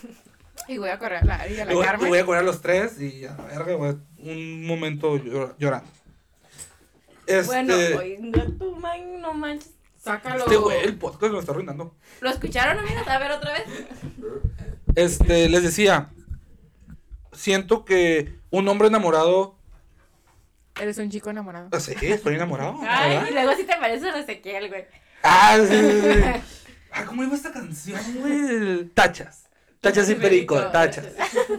Y voy a correr a la, y a Y la voy, Carmen. y voy a correr a los tres y a la verga, güey, un momento llor- llorando. Este, bueno, oiga, tu man, no manches. Sácalo. este güey, el podcast me está arruinando. ¿Lo escucharon, amigos? A ver, otra vez. Este, les decía, siento que un hombre enamorado, Eres un chico enamorado. ah, sí, estoy enamorado. Ay, y ¿verdad? luego sí te parece a Ezequiel, güey. Ah, sí, sí, sí. [laughs] Ah, ¿cómo iba esta canción, güey? Tachas. Tachas y perico, tachas.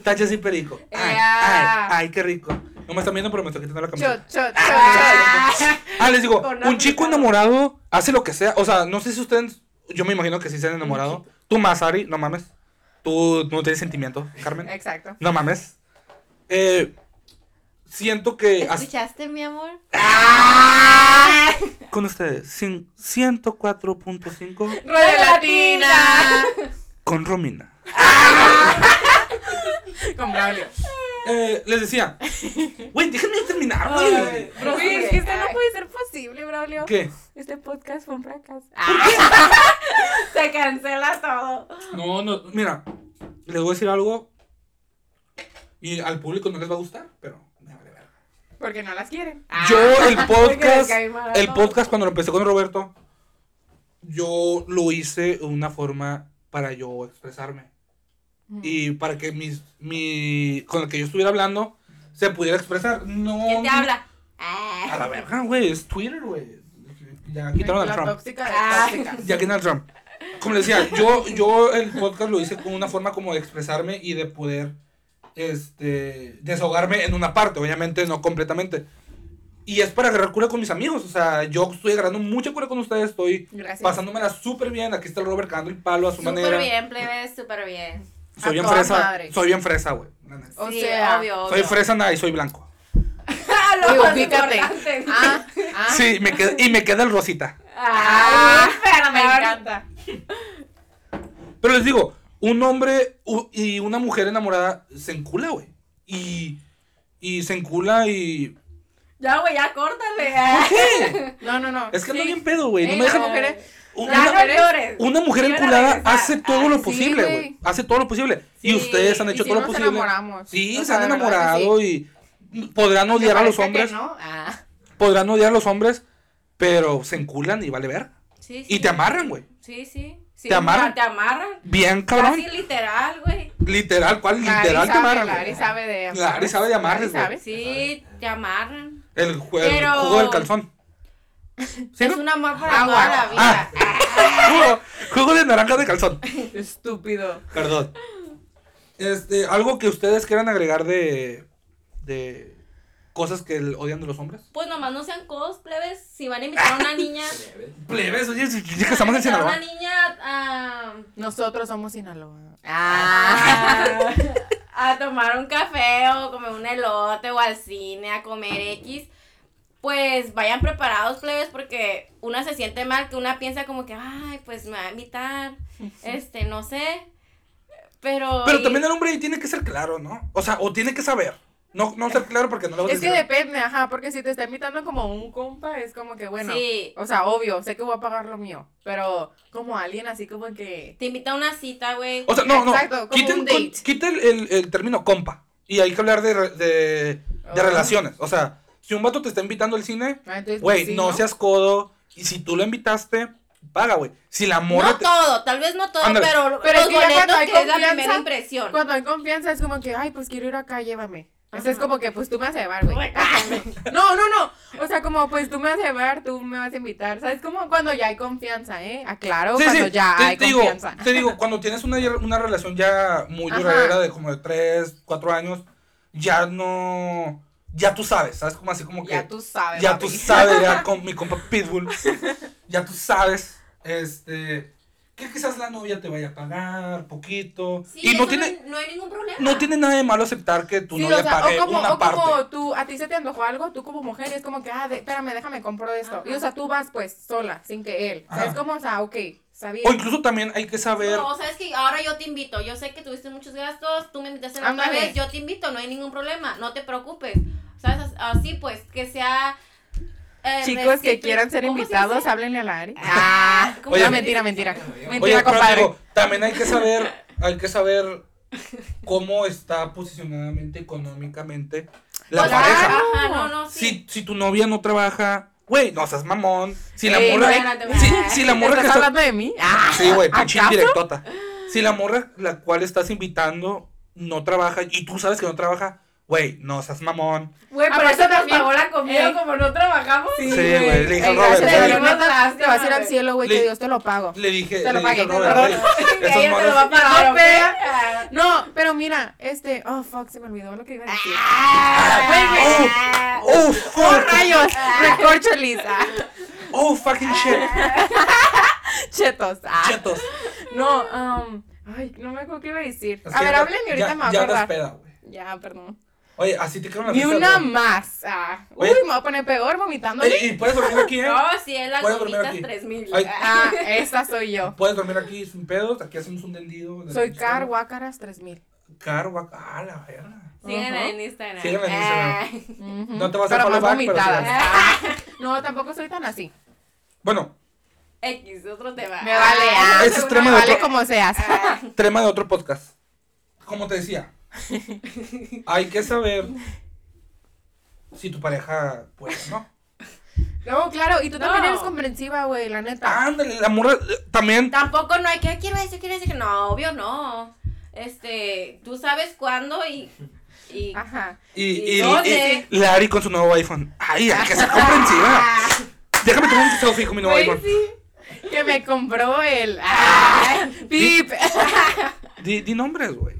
Tachas y [laughs] perico. Ay, ay, ay, qué rico. No me están viendo, pero me estoy quitando la camiseta. Chot, chot, Ah. chot. Ah, les digo, Con un chico África. enamorado hace lo que sea. O sea, no sé si ustedes. Yo me imagino que sí se han enamorado. Tú más, Ari, no mames. Tú no tienes sentimiento, Carmen. Exacto. No mames. Eh, siento que. Eh, as- [laughs] Ah. ¿Escuchaste, mi amor? Con ustedes, cin- 104.5 Rueda Latina. latina. con Romina. Con Braulio. Eh, les decía. Güey, déjenme terminar, güey. Güey, es que esto no puede ser posible, Braulio. ¿Qué? Este podcast fue un fracaso. Ah. [laughs] Se cancela todo. No, no, mira, les voy a decir algo. Y al público no les va a gustar, pero me vale verga. Porque no las quieren. Ah, Yo el les podcast, caí mal a el todos. podcast cuando lo empecé con Roberto, yo lo hice una forma para yo expresarme Mm. y para que mis, mi, con el que yo estuviera hablando se pudiera expresar. No. ¿Quién te no- habla? A Ah. la verga, güey, es Twitter, güey. Ya quitaron la al Trump. tóxica de Ah. tóxicas. Ya quitaron al Trump. Como les decía, yo, yo el podcast lo hice con una forma como de expresarme y de poder este, desahogarme en una parte, obviamente no completamente. Y es para agarrar cura con mis amigos, o sea, yo estoy agarrando mucha cura con ustedes, estoy Gracias. pasándomela súper bien. Aquí está el Robert cagando el palo a su Súper manera. bien, plebe, súper bien. Soy A bien toda fresa. madre. Soy bien fresa, güey. la neta. O sí, sea, obvio, obvio. Soy fresa nada y soy blanco. ¡A la [laughs] lo Digo, más fíjate. importante. Ah, ah. Sí, me qued- y me queda el rosita. Ah, pero me perdón. encanta. Pero les digo, un hombre u- y una mujer enamorada se encula, güey. Y, y se encula y... Ya, güey, ya [laughs] córtale. ¿Qué? No, no, no. Es que ando Sí. bien pedo, güey. No Ey, me las dejan... mujeres- una- Ya no llores. Una mujer Iban a enculada regresar. hace todo lo sí, posible, güey. güey. Hace todo lo posible. Sí, Y ustedes han y hecho sí todo lo nos posible. enamoramos. Sí, O se sea, han de verdad que enamorado y podrán Aunque odiar a los parezca que hombres. no, ah. Podrán odiar a los hombres, pero se enculan y vale ver. Sí, sí. Y te amarran, güey. Sí, sí. Sí, Te amarran. Te amarran. Bien, cabrón. Casi literal, güey. Literal, ¿cuál? Lari Literal te sabe, amarran. Lari güey. sabe de amarres. Lari sabe de amarres, Lari sabe. Sí, te amarran. El, jue- el Pero- jugo del calzón. Es un amor para Ah, Agua. toda la vida. Jugo, jugo de naranja de calzón. Estúpido. Perdón. Este, algo que ustedes quieran agregar de. de cosas que el- odian de los hombres. Pues nomás no sean cosplebes. Si van a invitar a una niña. Plebes, oye, si- si- que van estamos a en invitar a Sinaloa. una niña a. Nosotros somos Sinaloa. Ah. a- a tomar un café o comer un elote o al cine, a comer X. Pues vayan preparados, plebes, porque una se siente mal, que una piensa como que, ay, pues me va a invitar, [laughs] este, no sé, pero... Pero y- también el hombre ahí tiene que ser claro, ¿no? O sea, o tiene que saber. No, no ser claro porque no le vas a Es que decir. depende, ajá, porque si te está invitando como un compa, es como que bueno. Sí. O sea, obvio, sé que voy a pagar lo mío. Pero como alguien así como que. Te invita a una cita, güey. O sea, no, no. Exacto, como quiten un con- date. quita el, el- el término compa. Y hay que hablar de, re- de, de Ah. relaciones. O sea, si un vato te está invitando al cine, ah, entonces, güey, pues, sí, no, seas codo. Y si tú lo invitaste, paga, güey. Si la morra no te- todo, tal vez no todo, Ándale. pero, Pero es que los ya cuando boletos hay que es la confianza, primera impresión. Cuando hay confianza es como que, ay, pues quiero ir acá, llévame. Entonces es Ajá. como que, pues tú me vas a llevar, güey. [laughs] Ah, No, no, no. O sea, como, pues tú me vas a llevar, tú me vas a invitar. ¿Sabes? Como cuando ya hay confianza, ¿eh? Aclaro, Sí, sí, cuando ya te, hay te digo, confianza. te digo, cuando tienes una, una relación ya muy Ajá. duradera de como de 3, 4 años, ya no, ya tú sabes, ¿sabes? Como así como que... ya tú sabes. ya papi. tú sabes, [laughs] ya con mi compa Pitbull. ya tú sabes, este, que quizás la novia te vaya a pagar poquito. sí, y eso no tiene, no hay ningún problema. no tiene nada de malo aceptar que tu Sí, novia o sea, pague o como, una o parte. como tú, a ti se te antojó algo, tú como mujer es como que, ah, de- espérame, déjame, compro esto. Ajá. Y o sea, tú vas pues sola, sin que él. Ajá. Es como, o sea, ok, sabía. O incluso también hay que saber, No, sabes que ahora yo te invito. Yo sé que tuviste muchos gastos, tú me invitaste la otra Ándale. vez, yo te invito, no hay ningún problema, no te preocupes. ¿Sabes? As- Así pues, que sea. eh, Chicos que recíproco. quieran ser ¿Cómo se invitados, dice? háblenle a la Ari. Ah, ¿cómo Oye. no, se mentira, dice? mentira. Oye, oye, Mentira, pero compadre. digo, también hay que saber, hay que saber cómo está posicionadamente económicamente la Pues, pareja. claro. Ajá, no, no, sí. Si, si tu novia no trabaja, güey, no seas mamón. Si la Ey, morra, no, no te si, vayas. si la morra que ¿Estás está- hablando de mí? Ah, Sí, güey, pinche ¿acaso? directota. Si la morra la cual estás invitando no trabaja y tú sabes que no trabaja, güey, no seas mamón. Güey, pero eso también- la Ey. como no trabajamos. Sí, güey, le dije al Robert. Te, Robert, güey. Robert. te vas a ir al cielo, güey, que Le- Dios te lo pago. Le dije, Te le lo dije al pagué, Robert, te lo güey, [laughs] esas Ella te lo morras- va a pagar, No, ¿ok? pero- No, pero mira, este, oh fuck, se me olvidó lo que iba a decir. Ah, Oh, fuck, rayos! ah, Recorcho Lisa. oh, fucking shit. Chetos. ah. Chetos. No, um, ay, no me acuerdo qué iba a decir. Es A que ver, ya- háblenme ahorita ya- me voy a Ya acordar. andas peda, güey. Ya, perdón. Oye, así te quiero Ni una más. ah. Uy, Oye. me voy a poner peor vomitando. Y puedes dormir [laughs] aquí, ¿eh? No, si es las Voy a dormir gomitas aquí. 3000. Ay. Ah, esa soy yo. Puedes dormir aquí sin pedos, aquí hacemos un tendido. de- Soy Car Guácaras 3000. Car, guac- ah, la verga. Síguenla Ajá. en Instagram. Síguenla en Ah. Ujú. No te vas a Pero follow más back, pero vomitadas. sí. Ah. [laughs] No, tampoco soy tan así. Bueno, [laughs] X, otro tema. Me vale. Ah, ah, Ese es me tema de vale otro- como seas. ah. tema de otro podcast. Como te [laughs] decía, hay que saber si tu pareja puede, ¿no? No, claro, y tú No. también eres comprensiva, güey, la neta. Ándale, la morra eh, también. Tampoco no hay que quiero decir, quiero decir que no, obvio no. Este, tú sabes cuándo y y Ajá. Y, y, ¿Dónde? y Larry con su nuevo iPhone. Ay, hay que ser [laughs] comprensiva. Déjame tomar un selfie con mi nuevo Güey, iPhone. sí, Que me compró el. ah, [laughs] pip. Di, di nombres, güey.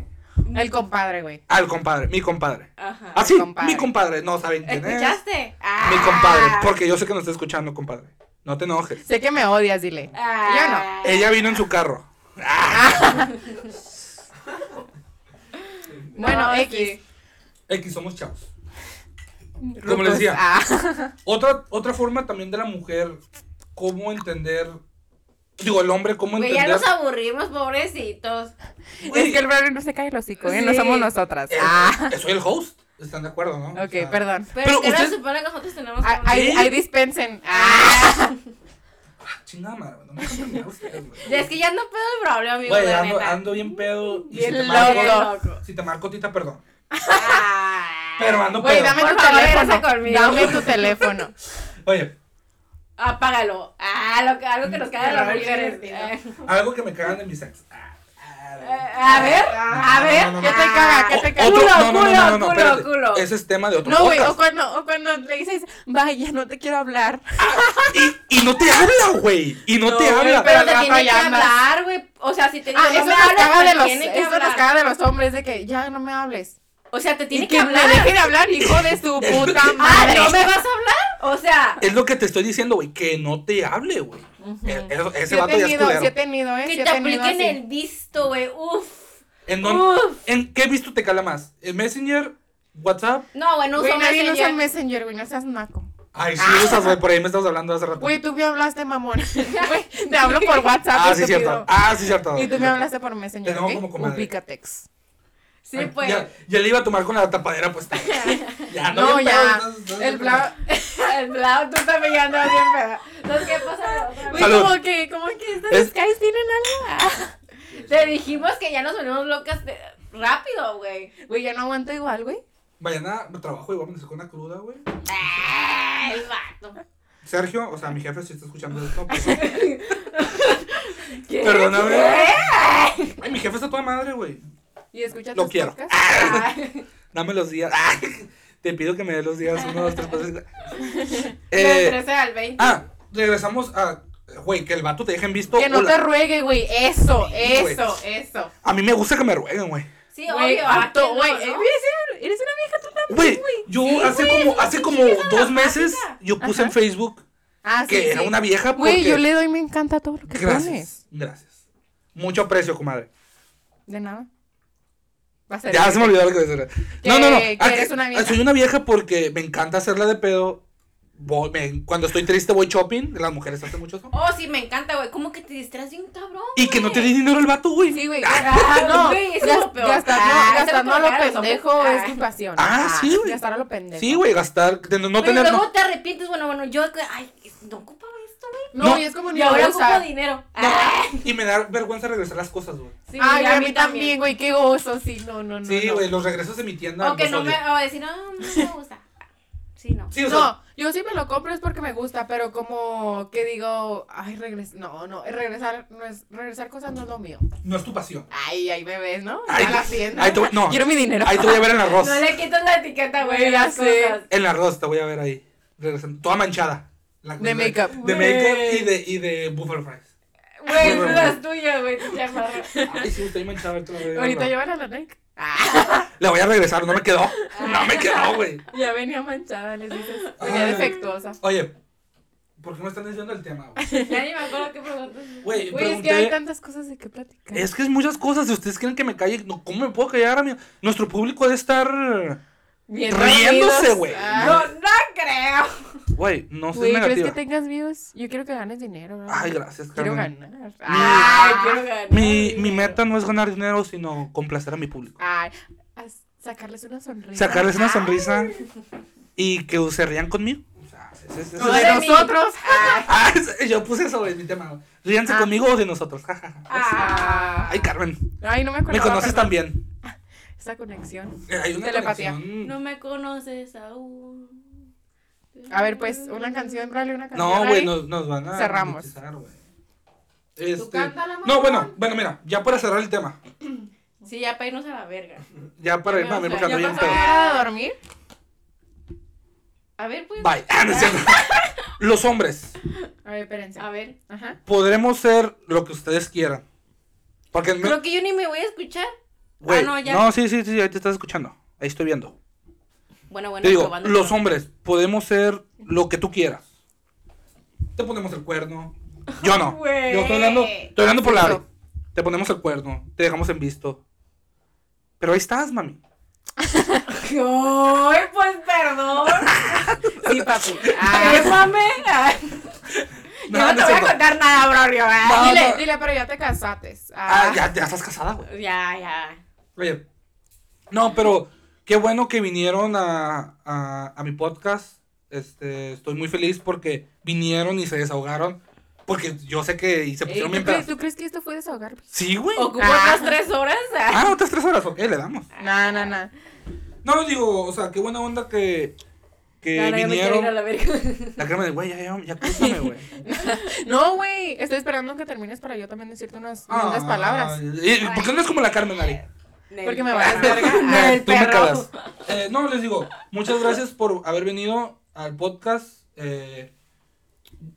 El compadre, güey. Al compadre, mi compadre. ajá. Ah, sí, compadre. mi compadre. No saben quién es. ¿Escuchaste? Ah. Mi compadre. Porque yo sé que no está escuchando, compadre. No te enojes. Sé que me odias, dile. Ah. Ella vino en su carro. Bueno, No, X. sí. X, somos chavos. Como les decía. Ah, Otra, otra forma también de la mujer, cómo entender. Digo, el hombre, cómo Güey, ya entender. nos aburrimos, pobrecitos. Güey, [laughs] es que el Brian no se cae el hocico, ¿eh? No Sí. somos nosotras. eh, Ah, eh, soy el host. ¿Están de acuerdo, no? O ok, sea, perdón. Pero, Pero es que ustedes- se supone que nosotros tenemos Ay, que- ay, Ah. ¿Sí? ay, dispensen. Ah. Chingada madre, no me cambian a ustedes, güey. Es que [laughs] ya ando pedo el problema, amigo. Güey, de ando, neta. ando bien pedo. Y Bien si te loco. marco, [laughs] loco. si te marco, tita, perdón. Ay. Pero ando Güey, pedo. dame Por tu favor, teléfono. regresa conmigo. Dame tu teléfono. Oye, Apágalo. Ah, lo que, algo que nos cae de las Ay, mujeres. sí, Eh, algo que me cagan de mi sexo. Ah, eh, ah, A ver, a No, no, ver. no, ¿Qué Ah. te caga? ¿Qué Ah, te caga? Otro- Culo, no, no, no, no, no, no, culo, espérate. culo. Ese es tema de otro No, güey, podcast. o cuando, o cuando le dices, vaya, no te quiero hablar. Y no te habla, güey. Y no, te güey, habla. Pero Pero te ya tiene que llamas. hablar, güey. O sea, si te digo, Ah, no eso me nos hablas, caga de pues los, tiene que eso nos hablar. caga de los hombres, de que ya no me hables. O sea, te tiene Y que hablar. me deje de hablar, hijo de [laughs] su puta Ah, madre. ¿no me vas a hablar? [laughs] O sea, Es lo que te estoy diciendo, güey. Que no te hable, güey. E- eso- Ese Sí he vato ya es tenido, culero. sí he tenido, eh. que sí he te tenido apliquen así. el visto, güey. Uf. ¿En, dónde- Uf. en qué visto te cala más? ¿En Messenger? ¿WhatsApp? No, bueno, Güey, uso nadie no usa Messenger. Messenger, güey, no seas naco. Ay, sí, usas, güey. Por ahí me estás hablando hace rato. Ah. Güey, tú me hablaste, [laughs] mamón. Güey, te hablo por WhatsApp, ah, sí, estúpido. cierto. Ah, sí, cierto. Y tú me hablaste por Messenger, Te tengo ¿ok? como comadre. Ubicatex. Sí, Ay, pues. Ya, ya le iba a tomar con la tapadera [laughs] puesta. ya, no, No, bien ya. Ah, pedo, estás- estás bien El bla... [laughs] El Blau, tú también ya andas bien peda. Entonces, ¿qué pasa? Güey, Salud. como que, como que estas Es- Skies tienen algo. Te dijimos que ya nos volvemos locas de- rápido, güey. Güey, ya no aguanto igual, güey. Mañana trabajo y voy a amanecer con una cruda, güey. Ay, el vato. Sergio, o sea, mi jefe, si está escuchando esto, pues, [laughs] perdóname. Ay, mi jefe está toda madre, güey. Y escucha Lo tus quiero. Ah. podcasts. [laughs] Dame los días. Ay, te pido que me des los días. Uno, dos, tres, [laughs] cuatro, cinco. Del Eh, 13 al 20. ah, regresamos a. Güey, que el vato te dejen visto. Que no ah, Hola. te ruegue, güey. Eso, güey. eso, eso. A mí me gusta que me rueguen, güey. Sí, Güey, obvio. ¿a vato, quién no, güey. no? eh, Eres, eres una vieja tú también. Güey, yo Sí, hace güey, es como, una hace como pinche vieja dos meses dramática. yo puse en Ajá. Facebook Ah, que era una vieja porque... Güey, yo le doy, me encanta todo lo que pones. Gracias, gracias. Mucho aprecio, comadre. De nada. Va a ser. Ya se me olvidó lo que decía. No, no, no. que Ah, eres una vieja. Soy una vieja porque me encanta hacerla de pedo. Voy- me- cuando estoy triste voy shopping. Las mujeres hacen mucho eso. Oh, sí, me encanta, güey. ¿Cómo que te distraes bien, cabrón? Y que no te di dinero el vato, güey. Sí, güey. Ah, [laughs] no, güey, eso es gas- lo peor. gastar- Ah, no, gastar hacerlo no a colgar a lo los hombres. pendejo Ah. es tu pasión. Ah, sí, güey. Gastar a lo pendejo. Sí, güey, gastar. de no no Pero tener. luego no- te arrepientes. Bueno, bueno, yo. Ay, no ocupaba esto, güey. No, No. y es como ni Y ahora ahora ocupo dinero. no, Ah, Y me da vergüenza regresar las cosas, güey. sí, Ay, a mí también, güey, qué gozo. Sí, no, no, no. Sí, no. güey, los regresos de mi tienda. O que los no odio. me. O decir, "Ah, no, no me gusta. Sí, no. Sí, o sea, No, yo sí me lo compro es porque me gusta, pero como que digo, ay, regres no, no, regresar, no es, regresar cosas no es lo mío. no es tu pasión. Ay, ahí me ves, ¿no? Ay, a la hacienda. ahí te voy- no. Quiero mi dinero. Ahí te voy a [laughs] ver en la arroz. No le quitas la etiqueta, güey, Güey, las ya sé. cosas. En la arroz te voy a ver ahí. Regresando. Toda manchada. La- De make-up. De make-up y de, y de Buffalo Fries. Güey, Muy son bueno. las tuyas, güey, tu chamarra. Ay, sí, estoy manchada. ahorita la voy a ver. [laughs] Ahorita llevan a la Nike. Ah. La voy a regresar, no me [laughs] quedó. No me quedó, güey. Ya venía manchada, les dices. Venía Ay. defectuosa. Oye, ¿por qué me están diciendo el tema, [laughs] güey? Ya ni me acuerdo qué preguntas. Güey, Güey, es que hay pregunté. tantas cosas de qué platicar. Es que es muchas cosas. Si ustedes quieren que me calle, no, ¿cómo me puedo callar, amigo? Nuestro público debe estar. Bien riéndose, dormidos. güey. Ah. no creo. Güey, no sé Güey, ¿crees negativa. que tengas views? Yo quiero que ganes dinero. bro. Ay, gracias, Quiero Carmen. ganar. Ay, Ah. quiero ganar. Mi, mi meta no es ganar dinero, sino complacer a mi público. Ay, as- sacarles una sonrisa. Ah. Sacarles una sonrisa y que se rían conmigo. O sea, es- es- es- O de de mí. nosotros. Ah, es- yo puse eso, güey, mi tema. güey. Ríanse Ah. conmigo o de nosotros. [laughs] ja, ja, ja. Ah. Ay, Carmen, Ay, no me acuerdo. me conoces también. Esa conexión. Eh, Hay una Telepatía. conexión. No me conoces aún. A ver, pues, una canción, Rally, una canción. No, güey, Rally. nos, nos van a. Cerramos. monetizar, güey. Este, cántala, no, mamón. bueno, bueno, mira, ya para cerrar el tema. Sí, ya para irnos a la verga. Ya para irme a mí porque Ya ando bien ¿Ya pedo. pasó la hora de dormir? A ver, pues. Bye. Ah, no es [laughs] cierto. Los hombres, A ver, espérense. A ver. Ajá. podremos ser lo que ustedes quieran. Porque. me- Creo que yo ni me voy a escuchar. güey, ah, no, ya. no, sí, sí, sí, ahí te estás escuchando. Ahí estoy viendo. Bueno, bueno, Te digo, probando, los probando. hombres, podemos ser lo que tú quieras. Te ponemos el cuerno. Yo no. Güey. Yo estoy hablando, estoy hablando por la Eso. Ari. Te ponemos el cuerno, te dejamos en visto. Pero ahí estás, mami. Ay, pues perdón. Sí, [laughs] papi. Ay, Ay, mame. Ay. No, Yo no, no te es voy a cierto. contar nada, Braulio. ay. No, ¿eh? dile, no. dile, pero ya te casaste. Ah, Ah, ya, ya estás casada, güey. Ya, ya. Oye, no, pero qué bueno que vinieron a, a, a mi podcast. Este, estoy muy feliz porque vinieron y se desahogaron. Porque yo sé que y se Ey, pusieron ¿tú, bien crees, pedas. ¿Tú crees que esto fue desahogar? güey? Sí, güey. ¿Ocupo Ah. otras tres horas? Ay. Ah, otras tres horas, ok, le damos. No, no, no. No, digo, o sea, qué buena onda que, que Ahora ya me quiero vinieron. ir a [laughs] la verga. La crema de, güey, ya, ya, ya, cúsame, güey. No, güey. Estoy esperando que termines para yo también decirte unas lindas Ah, palabras. eh, ¿Por qué no es como la Carmen, Ari? Porque me vales [laughs] perro. verga. Ah, Del tú me perro. cagas. Eh, no, les digo, muchas gracias por haber venido al podcast. eh,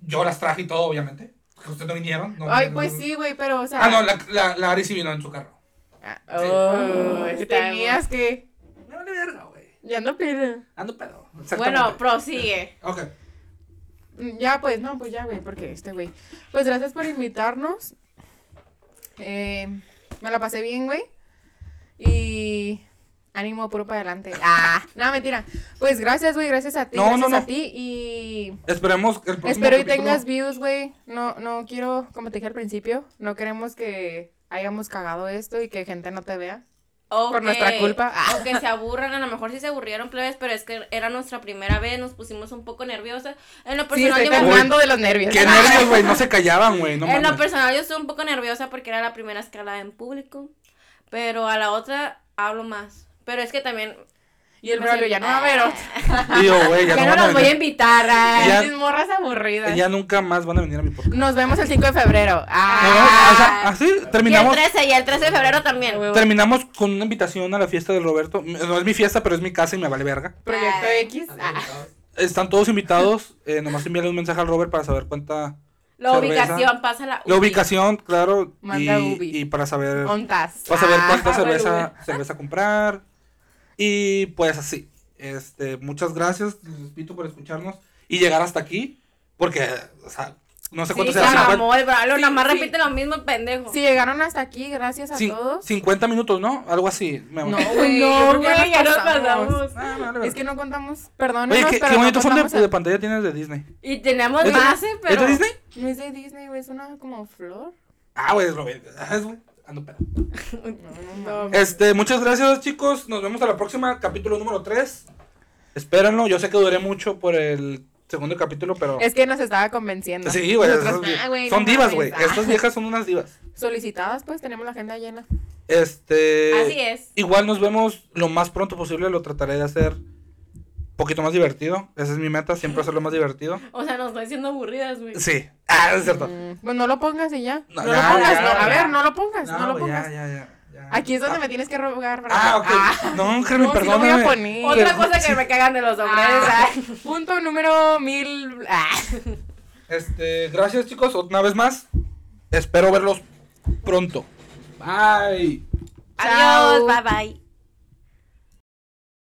yo las traje y todo, obviamente. Porque ustedes no vinieron. no- Ay, no- pues no- sí, güey, pero, o sea. Ah, no, la, la, la Ari sí vino en su carro. Ah, Sí. oh, Está tenías que. Me vale verga, güey. Ya ando pide. Ando pedo. Bueno, Exactamente. prosigue. Ok. Ya, pues, no, pues ya, güey, porque este güey. Pues gracias por invitarnos. Eh, me la pasé bien, güey. Y. Ánimo puro para [laughs] adelante. Ah, no, mentira. Pues gracias, güey, gracias a ti, No, gracias no, a no. ti. Y Esperemos que el próximo Espero y capítulo- tengas views, güey. No, no quiero, como te dije al principio, no queremos que hayamos cagado esto y que gente no te vea. O Por nuestra culpa. [laughs] Ah. O que se aburran, a lo mejor sí se aburrieron plebes, pero es que era nuestra primera vez, nos pusimos un poco nerviosas. En lo Sí, personal, estoy yo, temblando de los nervios. [laughs] Qué nervios, güey. No se callaban, güey. No en lo mames. personal yo estoy un poco nerviosa porque era la primera escala en público, pero a la otra hablo más. Pero es que también... Y el no sé, Braulio, ya no va a haber otro. Digo, güey, [laughs] ya, Ya, no no van a los voy a venir. invitar. ay. Ya- Pinches morras aburridas. Ya nunca más van a venir a mi podcast. Nos vemos el 5 de febrero. No, Ah. no, o sea, así Y el terminamos. 13, y el 13 de febrero también. Terminamos con una invitación a la fiesta de Roberto. No es mi fiesta, pero es mi casa y me vale verga. Proyecto Ay. X. Ah. Adiós. Están todos invitados. Eh, nomás envíale un mensaje al Robert para saber cuánta. La cerveza. ubicación, pasa la... La ubicación, claro. Manda y, Ubi. y para saber. Ontas. Para saber Ah. cuánta Ah, cerveza, bueno. cerveza comprar. Y pues así. Este, muchas gracias, les repito, por escucharnos. Y llegar hasta aquí. Porque, o sea, no sé Sí, cuánto se será. mamó el Braulio, Sí, nada más sí. repite lo mismo, el pendejo. Si llegaron hasta aquí, gracias a 50, todos. 50 minutos, ¿no? Algo así. me- No, Ah, güey, yo creo que ya nos pasamos. me Ah, vale Es verga. que no contamos, perdónenos, Oye, qué, pero Pues qué bonito no fondo contamos de, de pantalla tienes de Disney. Y tenemos ¿Es de- más, eh, ¿Es pero... de Disney? a- No es de Disney, güey, es una como flor. Ah, güey, es Robert. Ah, es güey. Ando pedo. No, no, mames. Este, muchas gracias, chicos. Nos vemos a la próxima, capítulo número 3. Espérenlo. Yo sé que duré mucho por el segundo capítulo, pero. Es que nos estaba convenciendo. Sí, güey. Nosotras, esas- "Nah, Ah, güey, son no divas, mames, güey. ah". Estas viejas son unas divas. Solicitadas, pues tenemos la agenda llena. eh, Este. Así es. Igual nos vemos lo más pronto posible. Lo trataré de hacer un poquito más divertido. Esa es mi meta, siempre hacerlo más divertido. O sea, nos está diciendo aburridas, güey. Sí. Ah, es cierto. Mm, Pues no lo pongas y ya. No, ya, No, lo pongas, ya, no. ya. A ver, no lo pongas, no, lo güey, pongas. ya, ya, ya, ya. Aquí es donde Ah, me tienes que rogar. Braulio. Ah, ok. Ah. No, Carmen, No, sí lo voy a perdóname. poner. Otra cosa que me cagan de los hombres. Ah. ay. [laughs] Punto número mil. Ah. Este, gracias chicos, una vez más. Espero verlos pronto. Bye. Chao. Adiós, bye bye.